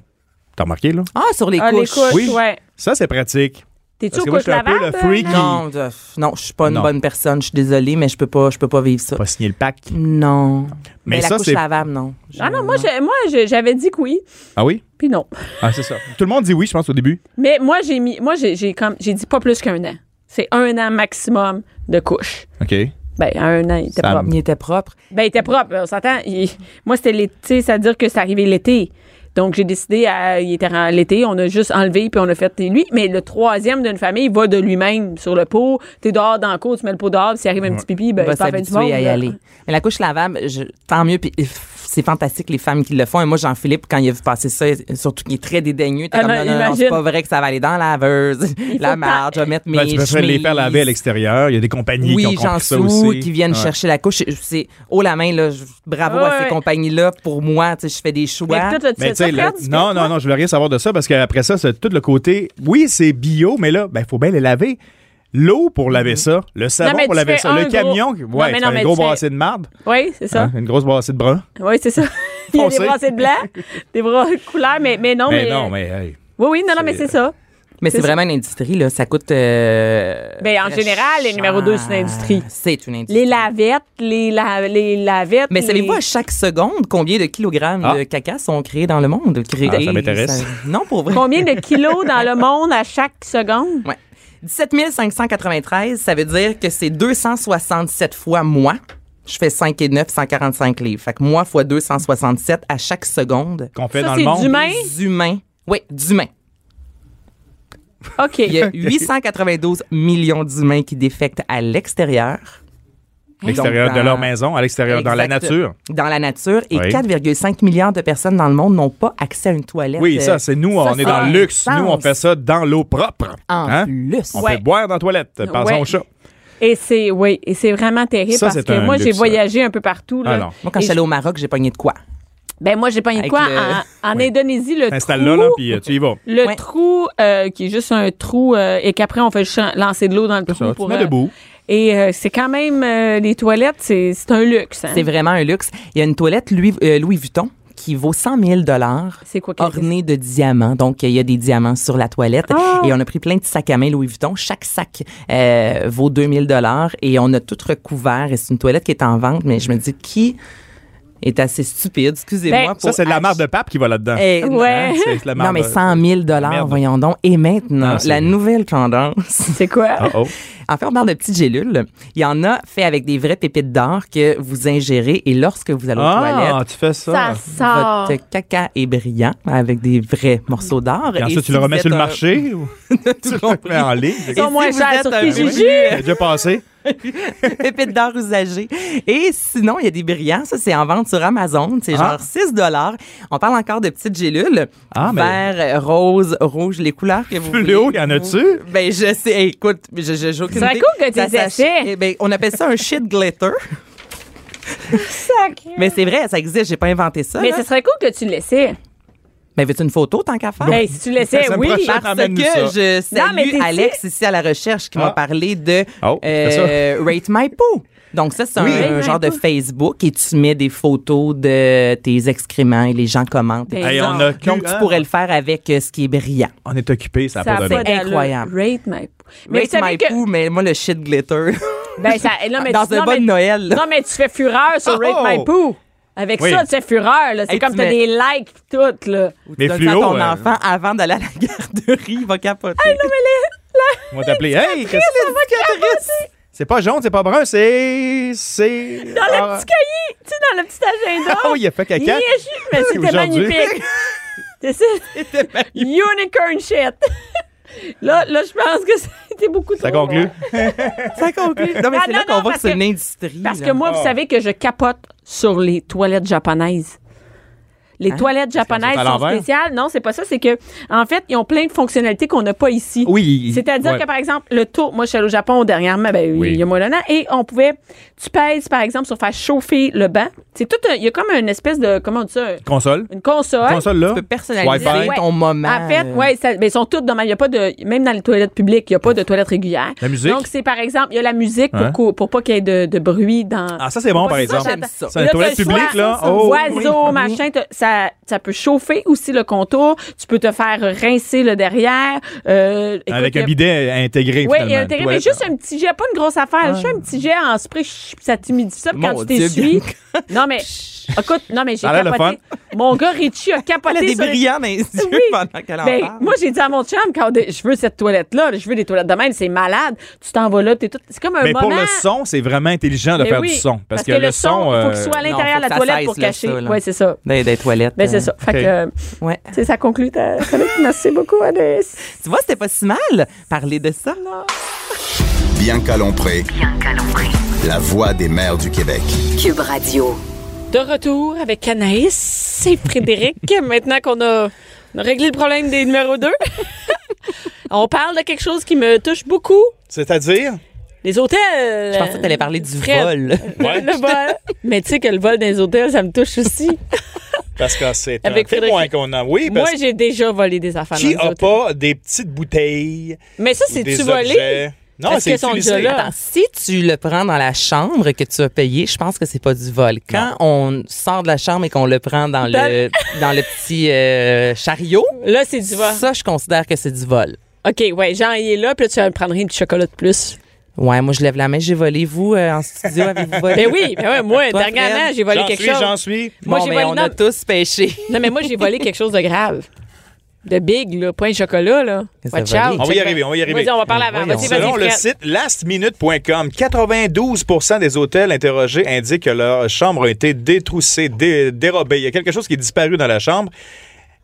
T'as remarqué, là? Ah, sur les Ah, les couches. couches, Oui. ouais. Ça, c'est pratique. T'es-tu Parce au que moi, couche hein? j'étais un peu lavable? le freak. Non, de- non, je suis pas une Non. bonne personne. Je suis désolée, mais je peux pas, je peux pas vivre ça. Pas signer le pack. Non. Mais Mais, ça, la couche c'est- lavable, non. Ah non, moi, j'ai- moi j'ai- j'avais dit que oui, Ah oui? puis non. Ah, c'est ça. Tout le monde dit oui, je pense, au début. Mais moi, j'ai mis. Moi, j'ai j'ai comme. J'ai dit pas plus qu'un an. C'est un an maximum de couche. OK. Ben, à un an, il était Ça propre. Il était propre. Ben, il était propre, on s'entend. Il- Moi, c'était l'été, c'est-à-dire que c'est arrivé l'été. Donc, j'ai décidé, à, il était en- l'été, on a juste enlevé, puis on a fait t'es lui. Mais le troisième d'une famille va de lui-même sur le pot. T'es dehors dans la cour, tu mets le pot dehors, puis s'il arrive un petit pipi, ben, va il fait du monde. s'habituer à y aller. Mais la couche lavable, je- tant mieux, puis pff, c'est fantastique les femmes qui le font. Et moi, Jean-Philippe, quand il a vu passer ça, surtout qu'il est très dédaigneux, t'es Ah comme, non, non, non, non, c'est imagine. pas vrai que ça va aller dans la laveuse. pas- La marge, je vais mettre mes Ben, tu peux les faire laver à chemises. l'extérieur. Il y a des compagnies qui ont Oui, j'en compris ça suis aussi. qui viennent Ouais. chercher la couche. C'est haut la main, là. je- Bravo Ouais, à ces ouais. compagnies-là. Pour moi, tu sais, je fais des choix. Mais peut-être le- Mais tu tu sais, sais, le- ça, Fred, tu non, fais non, non, je veux rien savoir de ça parce qu'après ça, c'est tout le côté. Oui, c'est bio, mais là, ben, il faut bien les laver. L'eau pour laver ça, le Mhm. Non, savon mais pour tu laver fais ça, un le gros- camion, Non, ouais, mais tu non, fais mais un gros tu fais- brassé de marde, Oui, c'est ça. hein, une grosse brassée de brun. Oui, c'est ça. Il y a des Foncé. brassées de blanc, des bras de couleur, mais, mais non, mais. mais non, mais hey, Oui, oui, non, non, mais c'est ça. Mais c'est c'est vraiment une industrie, là. Ça coûte. euh, Ben, en très général, les cher. numéro deux, c'est une industrie. C'est une industrie. Les lavettes, les, la- les lavettes. Mais les- savez-vous à chaque seconde combien de kilogrammes Ah. de caca sont créés dans le monde? Créés- Ah, ça m'intéresse. Non, pour vrai. Combien de kilos dans le monde à chaque seconde? Ouais. 17 593, ça veut dire que c'est 267 fois moi. Je fais 5 et 9, 145 livres. Fait que moi fois 267 à chaque seconde. qu'on fait Ça, dans c'est le monde. d'humain. Des humains. Oui, d'humains. OK. Il y a 892 millions d'humains qui défectent à l'extérieur. L'extérieur Donc, de dans- leur maison, à l'extérieur, dans la Exact. nature. Dans la nature. Et Oui. 4,5 milliards de personnes dans le monde n'ont pas accès à une toilette. Oui, euh, ça, c'est nous, ça, on est c'est dans le luxe. intense. Nous, on fait ça dans l'eau propre. En Hein? plus. On Ouais. peut boire dans la toilette. Pensons Ouais. au chat. Et c'est, oui, et c'est vraiment terrible Ça, parce c'est que un moi, j'ai luxe, voyagé un peu partout. Là. Ah non. Moi, quand Et je suis allée au Maroc, j'ai pogné de quoi? Hein? Ben, moi, j'ai pas eu Avec quoi. le- En, en Indonésie, le trou. T'installe là, là, puis euh, tu y vas. Le Ouais. trou, euh, qui est juste un trou, euh, et qu'après, on fait juste lancer de l'eau dans le trou. Ça, tu pour, te mets euh, debout. Et euh, c'est quand même, euh, les toilettes, c'est c'est un luxe. hein. C'est vraiment un luxe. Il y a une toilette Louis, euh, Louis Vuitton qui vaut 100 000 C'est quoi qu'elle ornée de diamants. Donc, il y a des diamants sur la toilette. Ah! Et on a pris plein de sacs à main Louis Vuitton. Chaque sac euh, vaut 2000 dollars et on a tout recouvert. Et c'est une toilette qui est en vente, mais je me dis, qui est assez stupide, excusez-moi. Ben, pour Ça, c'est de la ach- marde de pape qui va là-dedans. Eh, Ouais. Hein? C'est de la Non, marde mais de- 100 000 dollars, Merde. voyons donc. Et maintenant, Ah, c'est- la nouvelle tendance. C'est quoi? Ah, oh. En fait, on parle de petites gélules. Il y en a fait avec des vraies pépites d'or que vous ingérez et lorsque vous allez aux Ah, toilettes, tu fais Ça ça. sort. votre caca est brillant avec des vrais morceaux d'or. Et ensuite, si tu le vous remets êtes sur le un- marché ou tu le remets en ligne? Ils sont si moins vous chers êtes sur un- Kijiji. C'est déjà passé. pépites d'or usagées. Et sinon, il y a des brillants. Ça, c'est en vente sur Amazon. C'est Ah. genre 6 On parle encore de petites gélules. Ah, mais- Vert, euh, rose, rouge, les couleurs que vous voulez. Léo, y en a-tu? Ben, je sais. Hey, écoute, je, je, j'ai aucune Ça idée. coûte que Ça des s'ach- essais. Eh ben, on appelle ça un shit glitter. Mais c'est vrai, ça existe. J'ai pas inventé ça. Mais là. ce serait cool que tu le laissais. Mais veux-tu une photo tant qu'à faire? Hey, si tu le laissais, semaine oui. prochaine. Parce Ramène-nous ça. que je Non, mais salue t'es-tu- Alex ici à la recherche qui Ah. m'a parlé de Oh, c'est ça. euh, Rate My Poo. Donc ça, c'est Oui. un, Rate un My genre de Poo. Facebook et tu mets des photos de tes excréments et les gens commentent. Ben, Hey, non. on a que- Donc tu hein? pourrais le faire avec euh, ce qui est brillant. On est occupé, ça n'a Ça pas a donné. pas d'allure. Incroyable. Rate my poo. Mais vous Rate savez My que. Poo, mais moi le shit glitter. Ben, ça- non, mais Dans tu- un non, bon mais- Noël, là. Non, mais tu fais fureur sur Rate Oh! My Poo. Avec Oui. ça, tu fais fureur. là. C'est Hey, comme tu t'as mets- des likes pis tout. Là. Mais Tu donnes ça à fluo, ton euh, enfant avant d'aller à la garderie, il va capoter. On va t'appeler. Hey, qu'est-ce que C'est pas jaune, c'est pas brun, c'est. C'est. Dans le petit cahier, tu sais, dans le petit agenda. Oh, Ah oui, il a fait caca. Yes, mais c'était Aujourd'hui. magnifique. C'est ça. Unicorn shit. Là, là je pense que c'était beaucoup trop. Ça conclut. Ça conclut. Non, mais Ah, c'est non, là qu'on non, voit que parce c'est une que- industrie. Parce là. que moi, vous savez que je capote sur les toilettes japonaises. Les toilettes japonaises sont à sont l'envers? spéciales. Non, c'est pas ça. C'est que, en fait, ils ont plein de fonctionnalités qu'on n'a pas ici. Oui. C'est-à-dire ouais. que, par exemple, le taux, moi, je suis allée au Japon dernièrement, ben, Oui. il y a moins d'un an, et on pouvait, tu pèses, par exemple, sur faire chauffer le banc. C'est tout un- il y a comme une espèce de, comment on dit ça, Console. une console. Console là. Tu peux personnaliser Wi-Fi. ton moment. En fait, euh, oui, ils sont toutes demain. Il y a pas de, même dans les toilettes publiques, il n'y a pas de toilettes régulières. La musique. Donc, c'est par exemple, il y a la musique pour, Hein? qu'au- pour pas qu'il y ait de, de bruit dans. Ah, ça, c'est bon, Pas par ça, exemple. j'aime ça. C'est une Là, toilette t'as le choix, publique, là. ça, ça, Oh, oiseau, oui. machin, t'as- ça, ça peut chauffer aussi le contour. Tu peux te faire rincer le derrière. euh, écoute, Avec il y un a- bidet intégré. Oui, finalement, il y a intérêt, mais toilette. juste un petit jet, pas une grosse affaire. Juste un petit jet en spray, chut, ça t'humidifie ça, puis quand Mon tu Dieu, t'essuies. Bianca. Non, mais, écoute, non, mais j'ai Ça a l'air le capoté. Mon gars Richie a capoté Elle a des sur les- brillants dans les yeux Oui. pendant qu'elle en Ben, parle. moi, j'ai dit à mon chum, quand on- je veux cette toilette-là, là, je veux des toilettes de même, c'est malade. Tu t'en vas là, t'es tout. C'est comme un Mais moment. pour le son, c'est vraiment intelligent de Mais faire oui, du son. Parce, que, le son, il faut euh, qu'il soit à non, l'intérieur faut de la que ça toilette cesse, pour là, cacher. ça, là. Oui, c'est ça. Des, des toilettes. Ben, euh, c'est ça. Fait Hum, ok. que, euh, Ouais. tu sais, ça conclut ta chronique. Merci beaucoup, Alice. Tu vois, c'était pas si mal parler de ça. Bianca Lompré. La voix des mères du Québec. Cube Radio. De retour avec Anaïs et Frédéric. Maintenant qu'on a, on a réglé le problème des numéros 2, on parle de quelque chose qui me touche beaucoup. C'est-à-dire? Les hôtels. Je pensais que t'allais parler du Fred. vol. Ouais. Le vol. Mais tu sais que le vol des hôtels, ça me touche aussi. Parce que c'est un Avec Frédéric- témoin qu'on a. Oui, Moi, parce que j'ai déjà volé des affaires qui dans les a hôtels. pas des petites bouteilles Mais ça, ou c'est-tu des volé? objets? Non, Est-ce c'est qu'ils sont utilisé. déjà là? Attends, si tu le prends dans la chambre que tu as payé, je pense que c'est pas du vol. Quand on sort de la chambre et qu'on le prend dans le dans le petit euh, chariot, Là, c'est du vol. ça, je considère que c'est du vol. OK, ouais, Jean, il est là, puis là, tu vas me prendre une petite chocolat de plus. Ouais, moi je lève la main, j'ai volé vous euh, en studio avez-vous volé Ben oui, ben ouais, moi, Toi, dernièrement, Fred? j'ai volé J'en quelque suis, chose. j'en suis. Bon, Moi, j'ai mais volé on non, a tous pêché. non, mais moi, j'ai volé quelque chose de grave. De big, là, pas un chocolat, là. Qu'est-ce que Watch t'as out. volé? On va y Check arriver, bien. on va y arriver. Vas-y, on va parler avant. Voyons. Vas-y, vas-y, Selon le Fred. site lastminute.com, 92 des hôtels interrogés indiquent que leur chambre a été détroussée, dé- dérobée. Il y a quelque chose qui est disparu dans la chambre.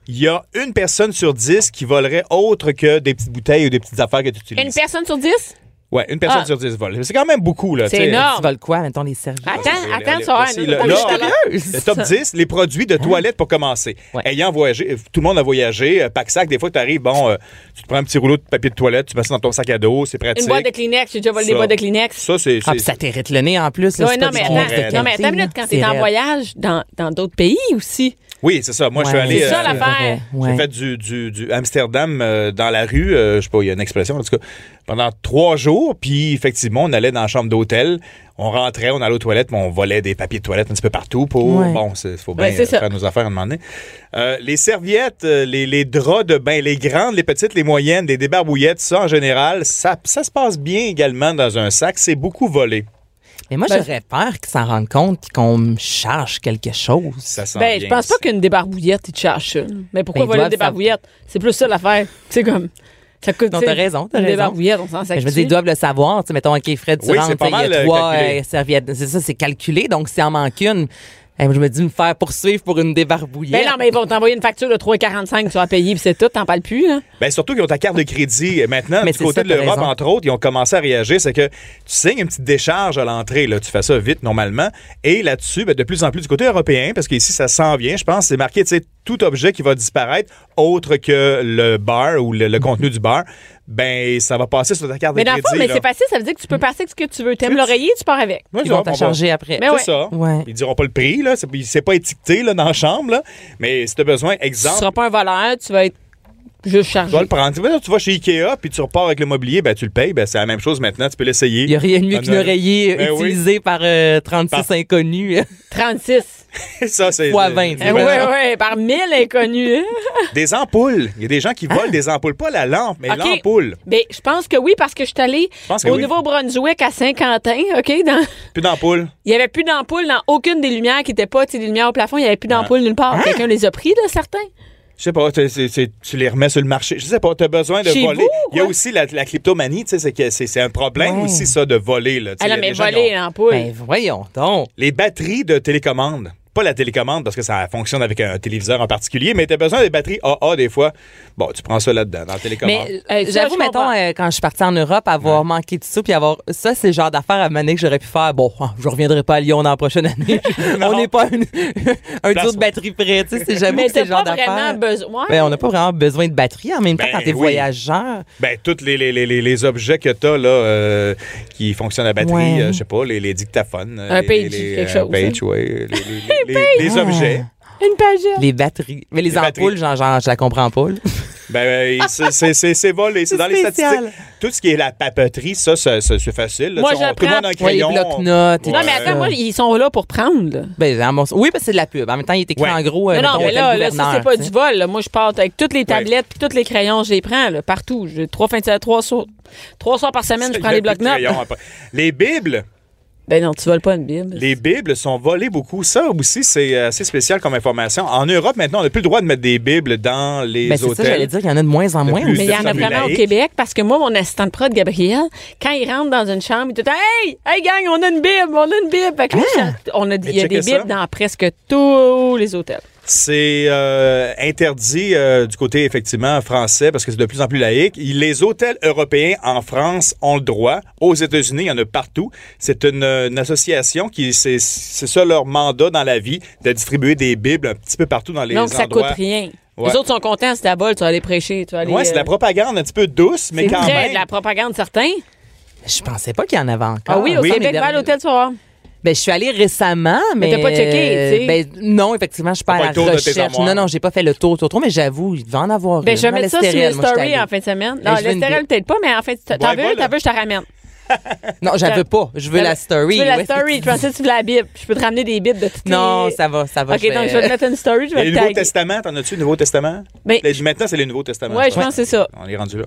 Il y a une personne sur dix qui volerait autre que des petites bouteilles ou des petites affaires que tu utilises. Une personne sur dix? Ouais, une personne Ah. sur dix vole. C'est quand même beaucoup, là. C'est tu sais. énorme. Tu voles quoi Mettons les serviettes. Attends, Allez, allez, attends, voici ça va. nous- le- là, nous- là, Le top 10, les produits Hein? de toilette pour commencer. Ouais. Ayant voyagé, euh, tout le monde a voyagé, euh, pack-sac, des fois, tu arrives, bon, euh, tu te prends un petit rouleau de papier de toilette, tu mets ça dans ton sac à dos, c'est pratique. Une boîte de Kleenex, j'ai déjà volé Ça. des boîtes de Kleenex. Ça, c'est. Ah, c'est- puis ça t'érite le nez en plus. là, Ouais, c'est non, pas mais du attends, bon reste de raide. non, mais qualité, attends une minute, là. quand C'est t'es en raide. voyage dans dans d'autres pays aussi. Oui, c'est ça. Moi, je suis Ouais. allé. C'est ça, euh, l'affaire. Ouais. J'ai fait du, du- du Amsterdam euh, dans la rue, euh, je sais pas, il y a une expression, en tout cas, pendant trois jours. Puis, effectivement, on allait dans la chambre d'hôtel, on rentrait, on allait aux toilettes, mais on volait des papiers de toilette un petit peu partout pour. Ouais. Bon, il faut bien Ouais, Ben, c'est ça. euh, faire nos affaires à un moment donné. Euh, les serviettes, euh, les, les draps de bain, les grandes, les petites, les moyennes, des débarbouillettes, ça, en général, ça, ça se passe bien également dans un sac. C'est beaucoup volé. Mais moi, Ben- j'aurais peur qu'ils s'en rendent compte puis qu'on me charge quelque chose. Ça sent Ben, je bien pense pas ici. qu'une débarbouillette, ils te cherchent ça. Mais pourquoi Ben, ils voler doivent une débarbouillette? C'est plus ça l'affaire. C'est comme. Ça coûte. Non, tu sais, t'as raison, t'as une raison. débarbouillette, on s'en Mais sacre. je me dis, ils doivent le savoir. Tu sais, mettons, OK, Fred, tu Oui, rentres, c'est pas il y a mal, euh, trois calculé. euh, serviettes. C'est ça, c'est calculé. Donc, s'il en manque une, eh, je me dis, me faire poursuivre pour une débarbouillette. Ben non, mais ils vont t'envoyer une facture de 3,45 que tu vas payer, puis c'est tout, t'en parles plus, là. Ben, surtout qu'ils ont ta carte de crédit. Et maintenant, Mais du c'est côté ça, de t'as l'Europe, raison. entre autres, ils ont commencé à réagir. C'est que tu signes une petite décharge à l'entrée. Là. Tu fais ça vite, normalement. Et là-dessus, ben, de plus en plus du côté européen, parce qu'ici, ça s'en vient, je pense, c'est marqué, tu sais, tout objet qui va disparaître, autre que le bar ou le, le contenu du bar, ben, ça va passer sur ta carte Mais de dans le crédit. fond, mais là. c'est facile, ça veut dire que tu peux passer avec ce que tu veux. T'aimes l'oreiller, tu pars avec. Ouais, ils ça, vont on t'en va- changer après. Mais C'est ouais. ça. Ouais. Ils diront pas le prix, là. C'est, c'est pas étiqueté là, dans la chambre, là. Mais si tu as besoin, Tu exemple, seras pas un voleur, tu vas être juste tu vas chargé. le prendre. Tu vas- Tu vas chez Ikea, puis tu repars avec le mobilier, ben, tu le payes. Ben, c'est la même chose maintenant. Tu peux l'essayer. Il n'y a rien de mieux Un qu'une oreiller Ben oui. utilisée par euh, 36 Par- inconnus. 36. Ça, c'est. Fois 20, Oui, Ouais. oui, ouais, par 1000 inconnus. hein. Des ampoules. Il y a des gens qui volent des ampoules. Pas la lampe, mais OK. l'ampoule. Ben, je pense que oui, parce que je suis allée pense que au oui. Nouveau-Brunswick à Saint-Quentin, OK? Dans... Plus d'ampoule. Il n'y avait plus d'ampoules dans aucune des lumières qui n'étaient pas tu sais, des lumières au plafond. Il n'y avait plus Ah. d'ampoules nulle Hein? part. Quelqu'un les a pris, là, certains. Je sais pas, t'es- c'est- c'est- tu les remets sur le marché. Je sais pas, tu as besoin de Chez voler. vous, Il y a quoi? aussi la, la cryptomanie, tu sais, c'est que c'est c'est un problème Ouais. aussi, ça, de voler. Là. Tu sais, Ah non, il y a mais des gens qui voler ont- l'ampoule. Ben voyons donc. Les batteries de télécommande. Pas la télécommande, parce que ça fonctionne avec un téléviseur en particulier, mais tu as besoin des batteries AA des fois. Bon, tu prends ça là-dedans, dans la télécommande. Mais Euh, ça, j'avoue, je comprends. mettons, euh, quand je suis partie en Europe, avoir manqué de ça, puis avoir. Ça, c'est le genre d'affaires à mener que j'aurais pu faire. Bon, ah, je reviendrai pas à Lyon dans la prochaine année. on n'est pas une- un duo de batterie près. Tu sais, c'est jamais mais ce t'as genre pas vraiment d'affaires. besoin. Ben, on n'a pas vraiment besoin de batterie en même temps Ben quand t'es oui. voyageur. Ben, tous les, les, les, les- les objets que tu as là, euh, qui fonctionnent à batterie, Ouais. euh, je sais pas, les, les dictaphones. euh, Un les- page, les- quelque un chose, hein? page, ouais, les- les- les- les- les objets. Une page. Les batteries. Mais les, Les batteries. ampoules, genre, genre, je la comprends pas. là. Ben, ben, c'est- c'est- c'est c'est volé, c'est dans les Spécial. statistiques. Tout ce qui est la papeterie, ça, ça, ça, c'est facile. là. Moi, Tu sais, je on- tout le monde a un prends- Ouais, les crayon. blocs-notes et Non, Ouais. tout mais ça. attends, moi, ils sont là pour prendre. là. Ben, en mon- Oui, parce que c'est de la pub. En même temps, il est écrit Ouais. en gros. euh, Non, non, mettons, mais là, hôtel là, ça, c'est gouverneur, pas tu du sais. vol. là. Moi, je pars avec toutes les tablettes puis tous les crayons, je les prends là, partout. J'ai trois fins de semaine, trois soirs. Trois soirs par semaine, je prends Il y a les plus de blocs-notes. crayons après. Les bibles, Ben non, tu voles pas une Bible. les bibles sont volées beaucoup. Ça aussi, c'est euh, assez spécial comme information. En Europe, maintenant, on n'a plus le droit de mettre des bibles dans les Ben, c'est ça, j'allais hôtels. dire qu'il y en a de moins en De moins. plus Mais il y en a Personne vraiment au laïque. Québec parce que moi, mon assistant de prod, Gabriel, quand il rentre dans une chambre, il dit Hey, hey gang, on a une Bible, on a une Bible. Fait que là, on a, il y a checkez des Hein? ça. Bibles dans presque tous les hôtels. C'est euh, interdit euh, du côté effectivement français parce que c'est de plus en plus laïque. Les hôtels européens en France ont le droit. Aux États-Unis, il y en a partout. C'est une, une association qui, c'est c'est ça leur mandat dans la vie, de distribuer des bibles un petit peu partout dans les Donc, endroits. ça coûte rien. Ouais. Les autres sont contents, c'est ta bol, tu vas aller prêcher. Tu vas aller, Ouais, c'est de euh, la propagande un petit peu douce, mais c'est quand vrai, même. de la propagande, certains. Je pensais pas qu'il y en avait encore. Ah, oui, au Québec, va à l'hôtel ce soir. Ben, je suis allée récemment, mais. t'as pas checké, euh, tu sais. Ben, non, effectivement, je suis pas pas à le la tour de tes recherche. armoires. Non, non, j'ai pas fait le tour, tour, tour, mais j'avoue, il devait en avoir. Ben, une. je vais À mettre ça sur l'Estérel, une moi, j'étais story allée. en fin de semaine. Ben, Non, je veux une l'Estérel, bill. peut-être pas, mais en fait, t'en Ouais, veux, une, voilà. t'en veux, je te ramène. Non, j'en veux pas. Je veux la story. Tu veux la ouais. story, tu pensais que tu veux la Bible. Je peux te ramener des Bibles de toutes Non, les- ça va, ça va. OK, donc je vais te mettre une story, je Et vais le te Nouveau taguer. Testament, t'en as-tu le Nouveau Testament? Ben, Les- Maintenant, c'est le Nouveau Testament. ouais, je pense que c'est ça. On est rendu là.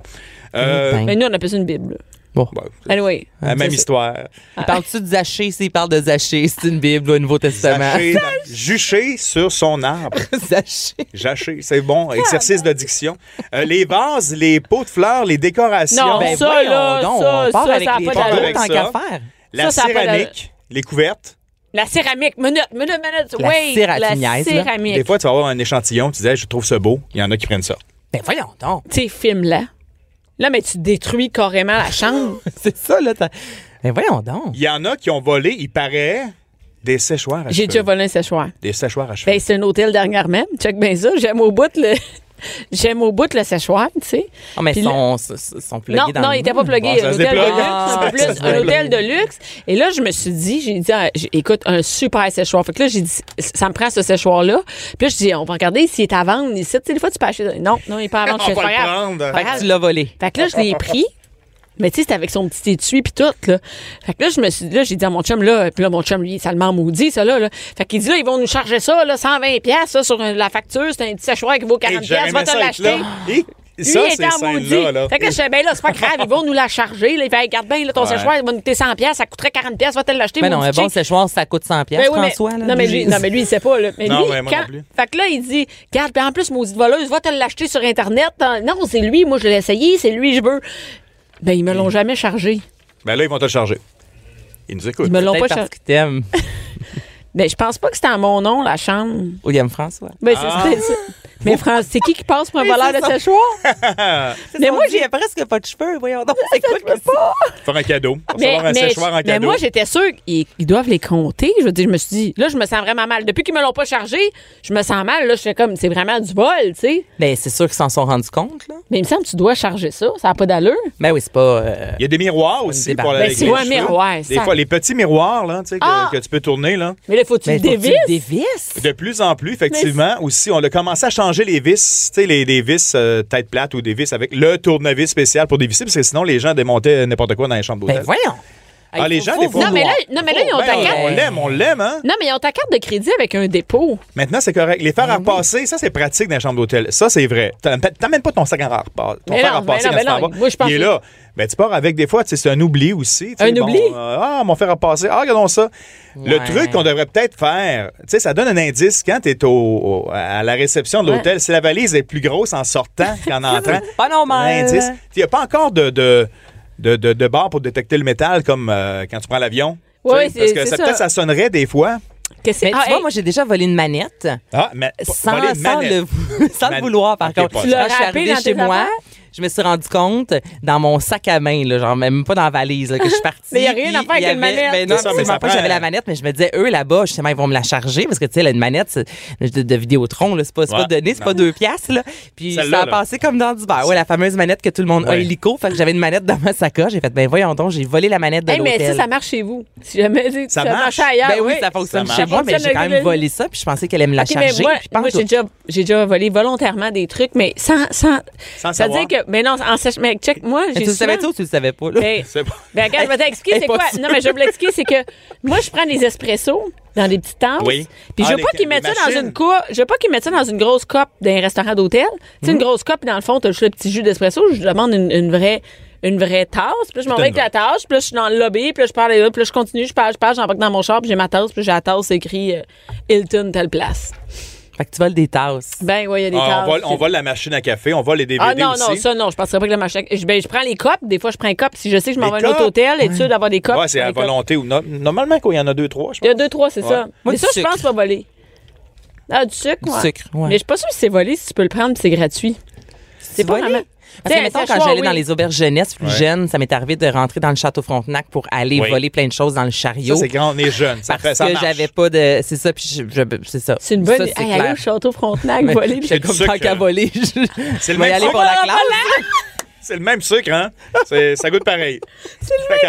Euh, Ben, Mais nous, on appelle ça une Bible. Bon. bon, Anyway. la Ah, même histoire. Il parle-tu de Zaché? S'il parle de Zaché, c'est une Bible ou un Nouveau Testament. Zaché, dans- juché sur son arbre. Zaché. Jaché, c'est bon, Ah, exercice ben. de diction. Euh, les vases, les pots de fleurs, les décorations, Non, Ben, ça, voyons là, donc, ça, on part ça, avec ça a les pas trois d'allure. autres, tant Avec ça. qu'à faire. la ça, euh, ça a pas céramique, les couvertes. La céramique. Minute, minute, minute. La Wait. céra- tu La niaises, là. Des céramique. fois, tu vas avoir un échantillon, tu disais, je trouve ça beau. Il y en a qui prennent ça. Ben, voyons donc. Ces films-là. Là, mais tu détruis carrément la chambre. C'est ça, là. t'as- Ben, voyons donc. Il y en a qui ont volé, il paraît, des séchoirs à J'ai cheveux. déjà volé un séchoir. Des séchoirs à cheveux. Ben, c'est un hôtel dernièrement. Check bien ça. J'aime au bout le. J'aime au bout le séchoir, tu sais. Oh, mais Puis ils là- sont, sont- sont plugués Non, dans non, le il était pas mur. plugué. Bon, ça un se hôtel de déplugue. luxe. En Ah, Ça se plus, un déplugue. hôtel de luxe. Et là, je me suis dit, j'ai dit, ah, j'ai- écoute, un super séchoir. Fait que là, j'ai dit, ça me prend ce séchoir-là. Puis là, je dis, on va regarder s'il est à vendre ici. Tu sais, des fois, tu peux acheter. Non, non, il est pas à vendre. On Je fais, c'est va le pas grave. prendre. Pas Fait grave. que tu l'as volé. Fait que là, je l'ai pris. Mais tu sais, c'était avec son petit étui puis tout, là. Fait que là, je me suis là, j'ai dit à mon chum, là, puis là, mon chum, lui, ça le ment maudit, ça, là, là. Fait qu'il dit, là, ils vont nous charger ça, là, 120 piastres, là, sur euh, la facture. C'est un petit séchoir qui vaut 40 Hey, j'aurais piastres. Va aimé te ça être là. l'acheter. Et Lui, ça, il c'est était en maudit. scène-là. Là. Fait que là, je fais, ben là, c'est pas grave, ils vont nous la charger. Là. Il fait, hey, garde bien, là, ton Ouais. séchoir, il va nous coûter 100 piastres, ça coûterait 40 piastres, va-t-elle l'acheter? Ben non, mon un petit bon chic? séchoir, ça coûte 100 Ben piastres. oui, mais- François, là. non, mais lui, non, mais lui, il sait pas, là. Mais Non, lui, mais moi quand- non plus. Fait que là, il dit, garde, ben en plus, maudite voleuse, va te l'acheter sur Internet. Hein. Non, c'est lui, moi, je l'ai essayé, c'est lui, je veux. Ben, ils me l'ont jamais chargé. Ben là, ils vont te le charger. Ils nous écoutent. Ils me l'ont pas Peut-être chargé. parce qu'il t'aime. Ben, je pense pas que c'était en mon nom, la chambre. Ou il aime François. Ben, c'est- Ah. c'est ça. Mais France, c'est qui qui passe pour un voleur de c'est ça. séchoir? Mais moi, j'ai. presque pas de cheveux, voyons donc. C'est quoi que Faire un cadeau. Mais, Recevoir un mais- séchoir en mais cadeau. moi, j'étais sûre qu'ils ils doivent les compter. Je veux dire, je me suis dit, là, je me sens vraiment mal. Depuis qu'ils me l'ont pas chargé, je me sens mal. Là, je fais comme, c'est vraiment du vol, tu sais. Ben, c'est sûr qu'ils s'en sont rendus compte, là. Mais il me semble que tu dois charger ça. Ça n'a pas d'allure. Ben oui, c'est pas. euh, Il y a des miroirs aussi pour débarque. la Ben, avec c'est les un cheveux. miroir, Des ça. fois, les petits miroirs là, tu sais, que, Ah! que tu peux tourner. Là. Mais là, faut que tu Mais le Ben, faut-tu dévisses. le dévisses? Ben, De plus en plus, effectivement, aussi, on a commencé à changer les vis, tu sais, les, des vis euh, tête plate ou des vis avec le tournevis spécial pour dévisser, parce que sinon, les gens démontaient n'importe quoi dans les chambres Ben d'hôtel. voyons. ah, les faut- gens, faut des fois. Non, mais là, non, mais là, ils ont Ben, ta on- on carte. l'aime, on l'aime, hein? Non, mais ils ont ta carte de crédit avec un dépôt. Maintenant, c'est correct. Les Ben fers à repasser, ça, c'est pratique dans les chambres d'hôtel. Ça, c'est vrai. T'am- T'amènes pas ton sac à repasser. Ton Mais fer non, à repasser mais non, quand mais tu t'en non. vas. Moi, je pense Il est que- là. Ben, tu pars avec des fois, tu sais, c'est un oubli aussi. tu sais, Un oubli? euh, ah, mon fer à repasser. Ah, regarde ça. Le Ouais. truc qu'on devrait peut-être faire, tu sais, ça donne un indice quand tu es au, au- à la réception de Ouais. l'hôtel. Si la valise est plus grosse en sortant qu'en entrant, Pas normal. l'indice. Il n'y a pas encore de. de de, de, de barre pour détecter le métal comme euh, quand tu prends l'avion. tu Ouais, sais, c'est- parce que c'est ça, ça. peut-être ça sonnerait des fois. Qu'est-ce que c'est? Mais tu Ah, vois, hey, moi, j'ai déjà volé une manette. Ah, mais sans, voler une sans manette. le, sans le Manette. vouloir, par Ok, pas contre. ça. Quand Tu l'as je suis râpé arrivée dans chez tes moi, affaires? je me suis rendu compte, dans mon sac à main, là, genre même pas dans la valise, là, que je suis partie. Mais y a rien puis à faire avec il y une avait- manette. Ben non, C'est ça, mais ça absolument pas, prend- j'avais la manette, mais je me disais, eux, là-bas, je sais, ils vont me la charger, parce que, tu sais, là, une manette c'est de, de Vidéotron, là, c'est pas, c'est Ouais. pas donné, c'est pas deux piastres, là. Puis Celle-là, ça a là. passé comme dans du beurre. Ouais, la fameuse manette que tout le monde a Ouais. illico. Fait que j'avais une manette dans ma sacoche. J'ai fait, ben voyons donc, j'ai volé la manette de hey, mais ça, l'hôtel. ça marche chez vous. Si jamais tu sais, Ça ça marche marche. ailleurs. Ben oui, ouais. ça fonctionne Ça chez moi, mais fonctionne j'ai quand avec même le- volé ça, puis je pensais qu'elle allait me la OK, charger. mais moi, puis pas en moi, tout. j'ai déjà, j'ai déjà volé volontairement des trucs, mais sans. sans, Sans ça veut savoir. dire que. Mais non, en sèche. Mais check, moi, Mais j'ai. tu le savais-tu souvent- ou tu le savais pas? là? Ben, C'est bon. ben, regarde, je vais t'expliquer, c'est quoi. Impossible. Non, mais je vais vous l'expliquer, c'est que moi, je prends des espressos dans des petites tasses. Oui. Puis Ah, je veux les pas ca- qu'ils mettent les ça dans machines. une coupe, je veux pas qu'ils mettent ça dans une grosse coupe d'un restaurant d'hôtel. Tu sais, Mhm. une grosse coupe, dans le fond, t'as juste le petit jus d'espresso. Je demande une, une vraie une vraie tasse, puis là, je m'en vais avec la tasse, puis là, je suis dans le lobby, puis là, je parle, puis là, je continue, je parle, je parle, j'embarque dans mon char, puis j'ai ma tasse, puis j'ai la tasse écrit euh, Hilton, telle place. Fait que tu voles des tasses. Ben, ouais, il y a des Ah, tasses. on, vole, on vole la machine à café, on vole les DVD Ah non, aussi. non, ça non, je passerai pas que la machine. Je, ben, je prends les copes, des fois je prends un cop. Si je sais que je m'en Les vais à un autre copes? hôtel, être sûr d'avoir des copes. Ouais, c'est je prends à les copes. volonté ou non. Normalement, quand il y en a deux, trois, je Il y pense. a deux, trois, c'est ça. Moi, Mais du ça, je sucre. pense pas voler. Ah, du sucre, Du ouais. sucre, ouais. Mais je suis pas sûre si c'est volé, si tu peux le prendre, puis c'est gratuit. C'est pas volé? vraiment. T'sais, Parce que, un mettons, quand séchoir, j'allais oui. dans les auberges jeunesse plus Ouais. jeunes, ça m'est arrivé de rentrer dans le château Frontenac pour aller Oui. voler plein de choses dans le chariot. Ça, c'est quand on est jeune. Ça fait parce ça. que marche. j'avais pas de. C'est ça, puis je- je- c'est ça. C'est une bonne. Ça, idée. c'est Hey, allez clair. au château Frontenac, Ah, Mais- voler. J'étais comme sucre, tant qu'à euh, voler. je- C'est le je vais y même aller sucre. pour la classe. C'est le même sucre, hein? C'est- ça goûte pareil. C'est le même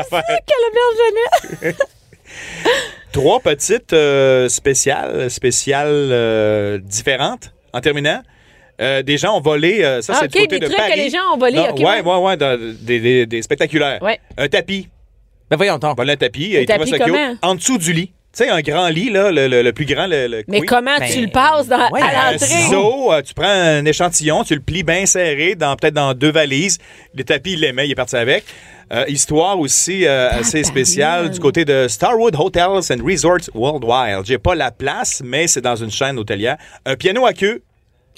Trois petites euh, spéciales, spéciales euh, différentes en terminant. Euh, des gens ont volé, euh, ça Ah, c'est ok, du côté des de trucs que Paris. les gens ont volés, Non, ok, ouais. ouais, ouais, ouais, dans- des, des- des spectaculaires. Ouais. Un tapis, Ben voyons donc. voilà un tapis, il tapis trouvait ça cute. comment? En dessous du lit, tu sais, un grand lit, là, le, le- le plus grand, le, le Mais queen. comment Ben, tu le passes dans, ouais, à Un l'entrée? ciseau, euh, tu prends un échantillon, tu le plies bien serré, dans, peut-être dans deux valises. Le tapis, il l'aimait, il est parti avec. Euh, histoire aussi euh, assez spéciale du côté de Starwood Hotels and Resorts Worldwide. J'ai pas la place, mais c'est dans une chaîne hôtelière. Un piano à queue.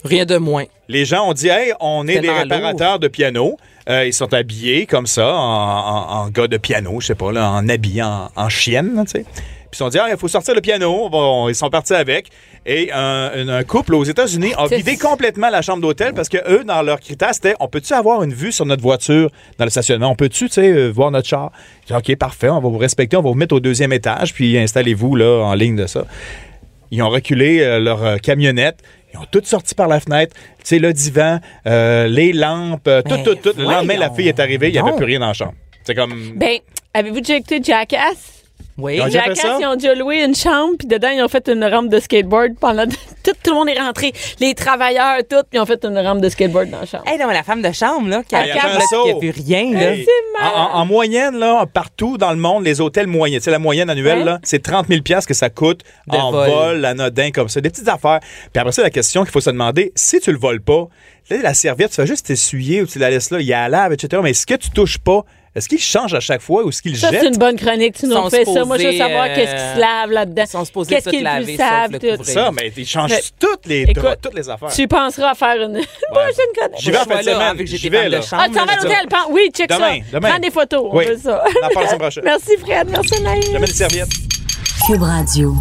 Rien de moins. Les gens ont dit, hey, on est des Tellement réparateurs de piano. Euh, ils sont habillés comme ça, en, en- en gars de piano, je sais pas, là, en habillé en, en chienne, là, tu sais. Puis ils ont dit, ah, il faut sortir le piano. Bon, ils sont partis avec. Et un, un- un couple aux États-Unis a C'est- vidé complètement la chambre d'hôtel parce que eux, dans leur critère, c'était, on peut-tu avoir une vue sur notre voiture dans le stationnement? On peut-tu, tu sais, euh, voir notre char? Ils ont dit, OK, parfait, on va vous respecter, on va vous mettre au deuxième étage, puis installez-vous, là, en ligne de ça. Ils ont reculé euh, leur euh, camionnette. Ils ont toutes sorti par la fenêtre. Tu sais, le divan, euh, les lampes, euh, tout, Mais tout, tout. Le lendemain, voyons la fille est arrivée, il n'y avait donc. plus rien dans la chambre. C'est comme. Ben, avez-vous déjà écouté Jackass? Oui. Ils ont déjà fait ça? Jackass, ils ont déjà loué une chambre, puis dedans, ils ont fait une rampe de skateboard pendant. Tout, tout le monde est rentré. Les travailleurs, tout, puis ils ont fait une rampe de skateboard dans la chambre. Hey, non, mais la femme de chambre, là, qui a, Hey, qui a- attends, qui a ça. vu rien, là. Ben, Hey, en, en- en moyenne, là, partout dans le monde, les hôtels moyens, tu sais, la moyenne annuelle, Ouais. là, c'est 30 000 que ça coûte De en vol. vol. anodin, comme ça, des petites affaires. Puis après ça, la question qu'il faut se demander, si tu le voles pas, tu sais, la serviette, tu vas juste t'essuyer ou tu la laisses là, il y a la lave, etc. Mais est-ce que tu touches pas? Est-ce qu'il change à chaque fois ou est-ce qu'il Ça, jette? c'est une bonne chronique. Tu nous Sont refais ça. Moi, je veux supposés, savoir euh, qu'est-ce qui se lave là-dedans. sont supposés Qu'est-ce qui est tout le plus laver, sauf sable, le tout. couvrir. Ça, mais ils changent Mais- toutes les Écoute, draps, toutes les affaires. Tu penseras à faire une prochaine chronique. J'y vais en Moi, fin de je vois, là, semaine. avec que j'ai J'y des vais, femmes là. de chambre. Ah, tu t'en vas à l'hôtel. Pan- Oui, check Demain, ça. demain. Prends des photos. Oui. On veut ça. On en parle la semaine prochaine. Merci, Fred. Merci, Naïm. J'amène une serviette. Cube Radio.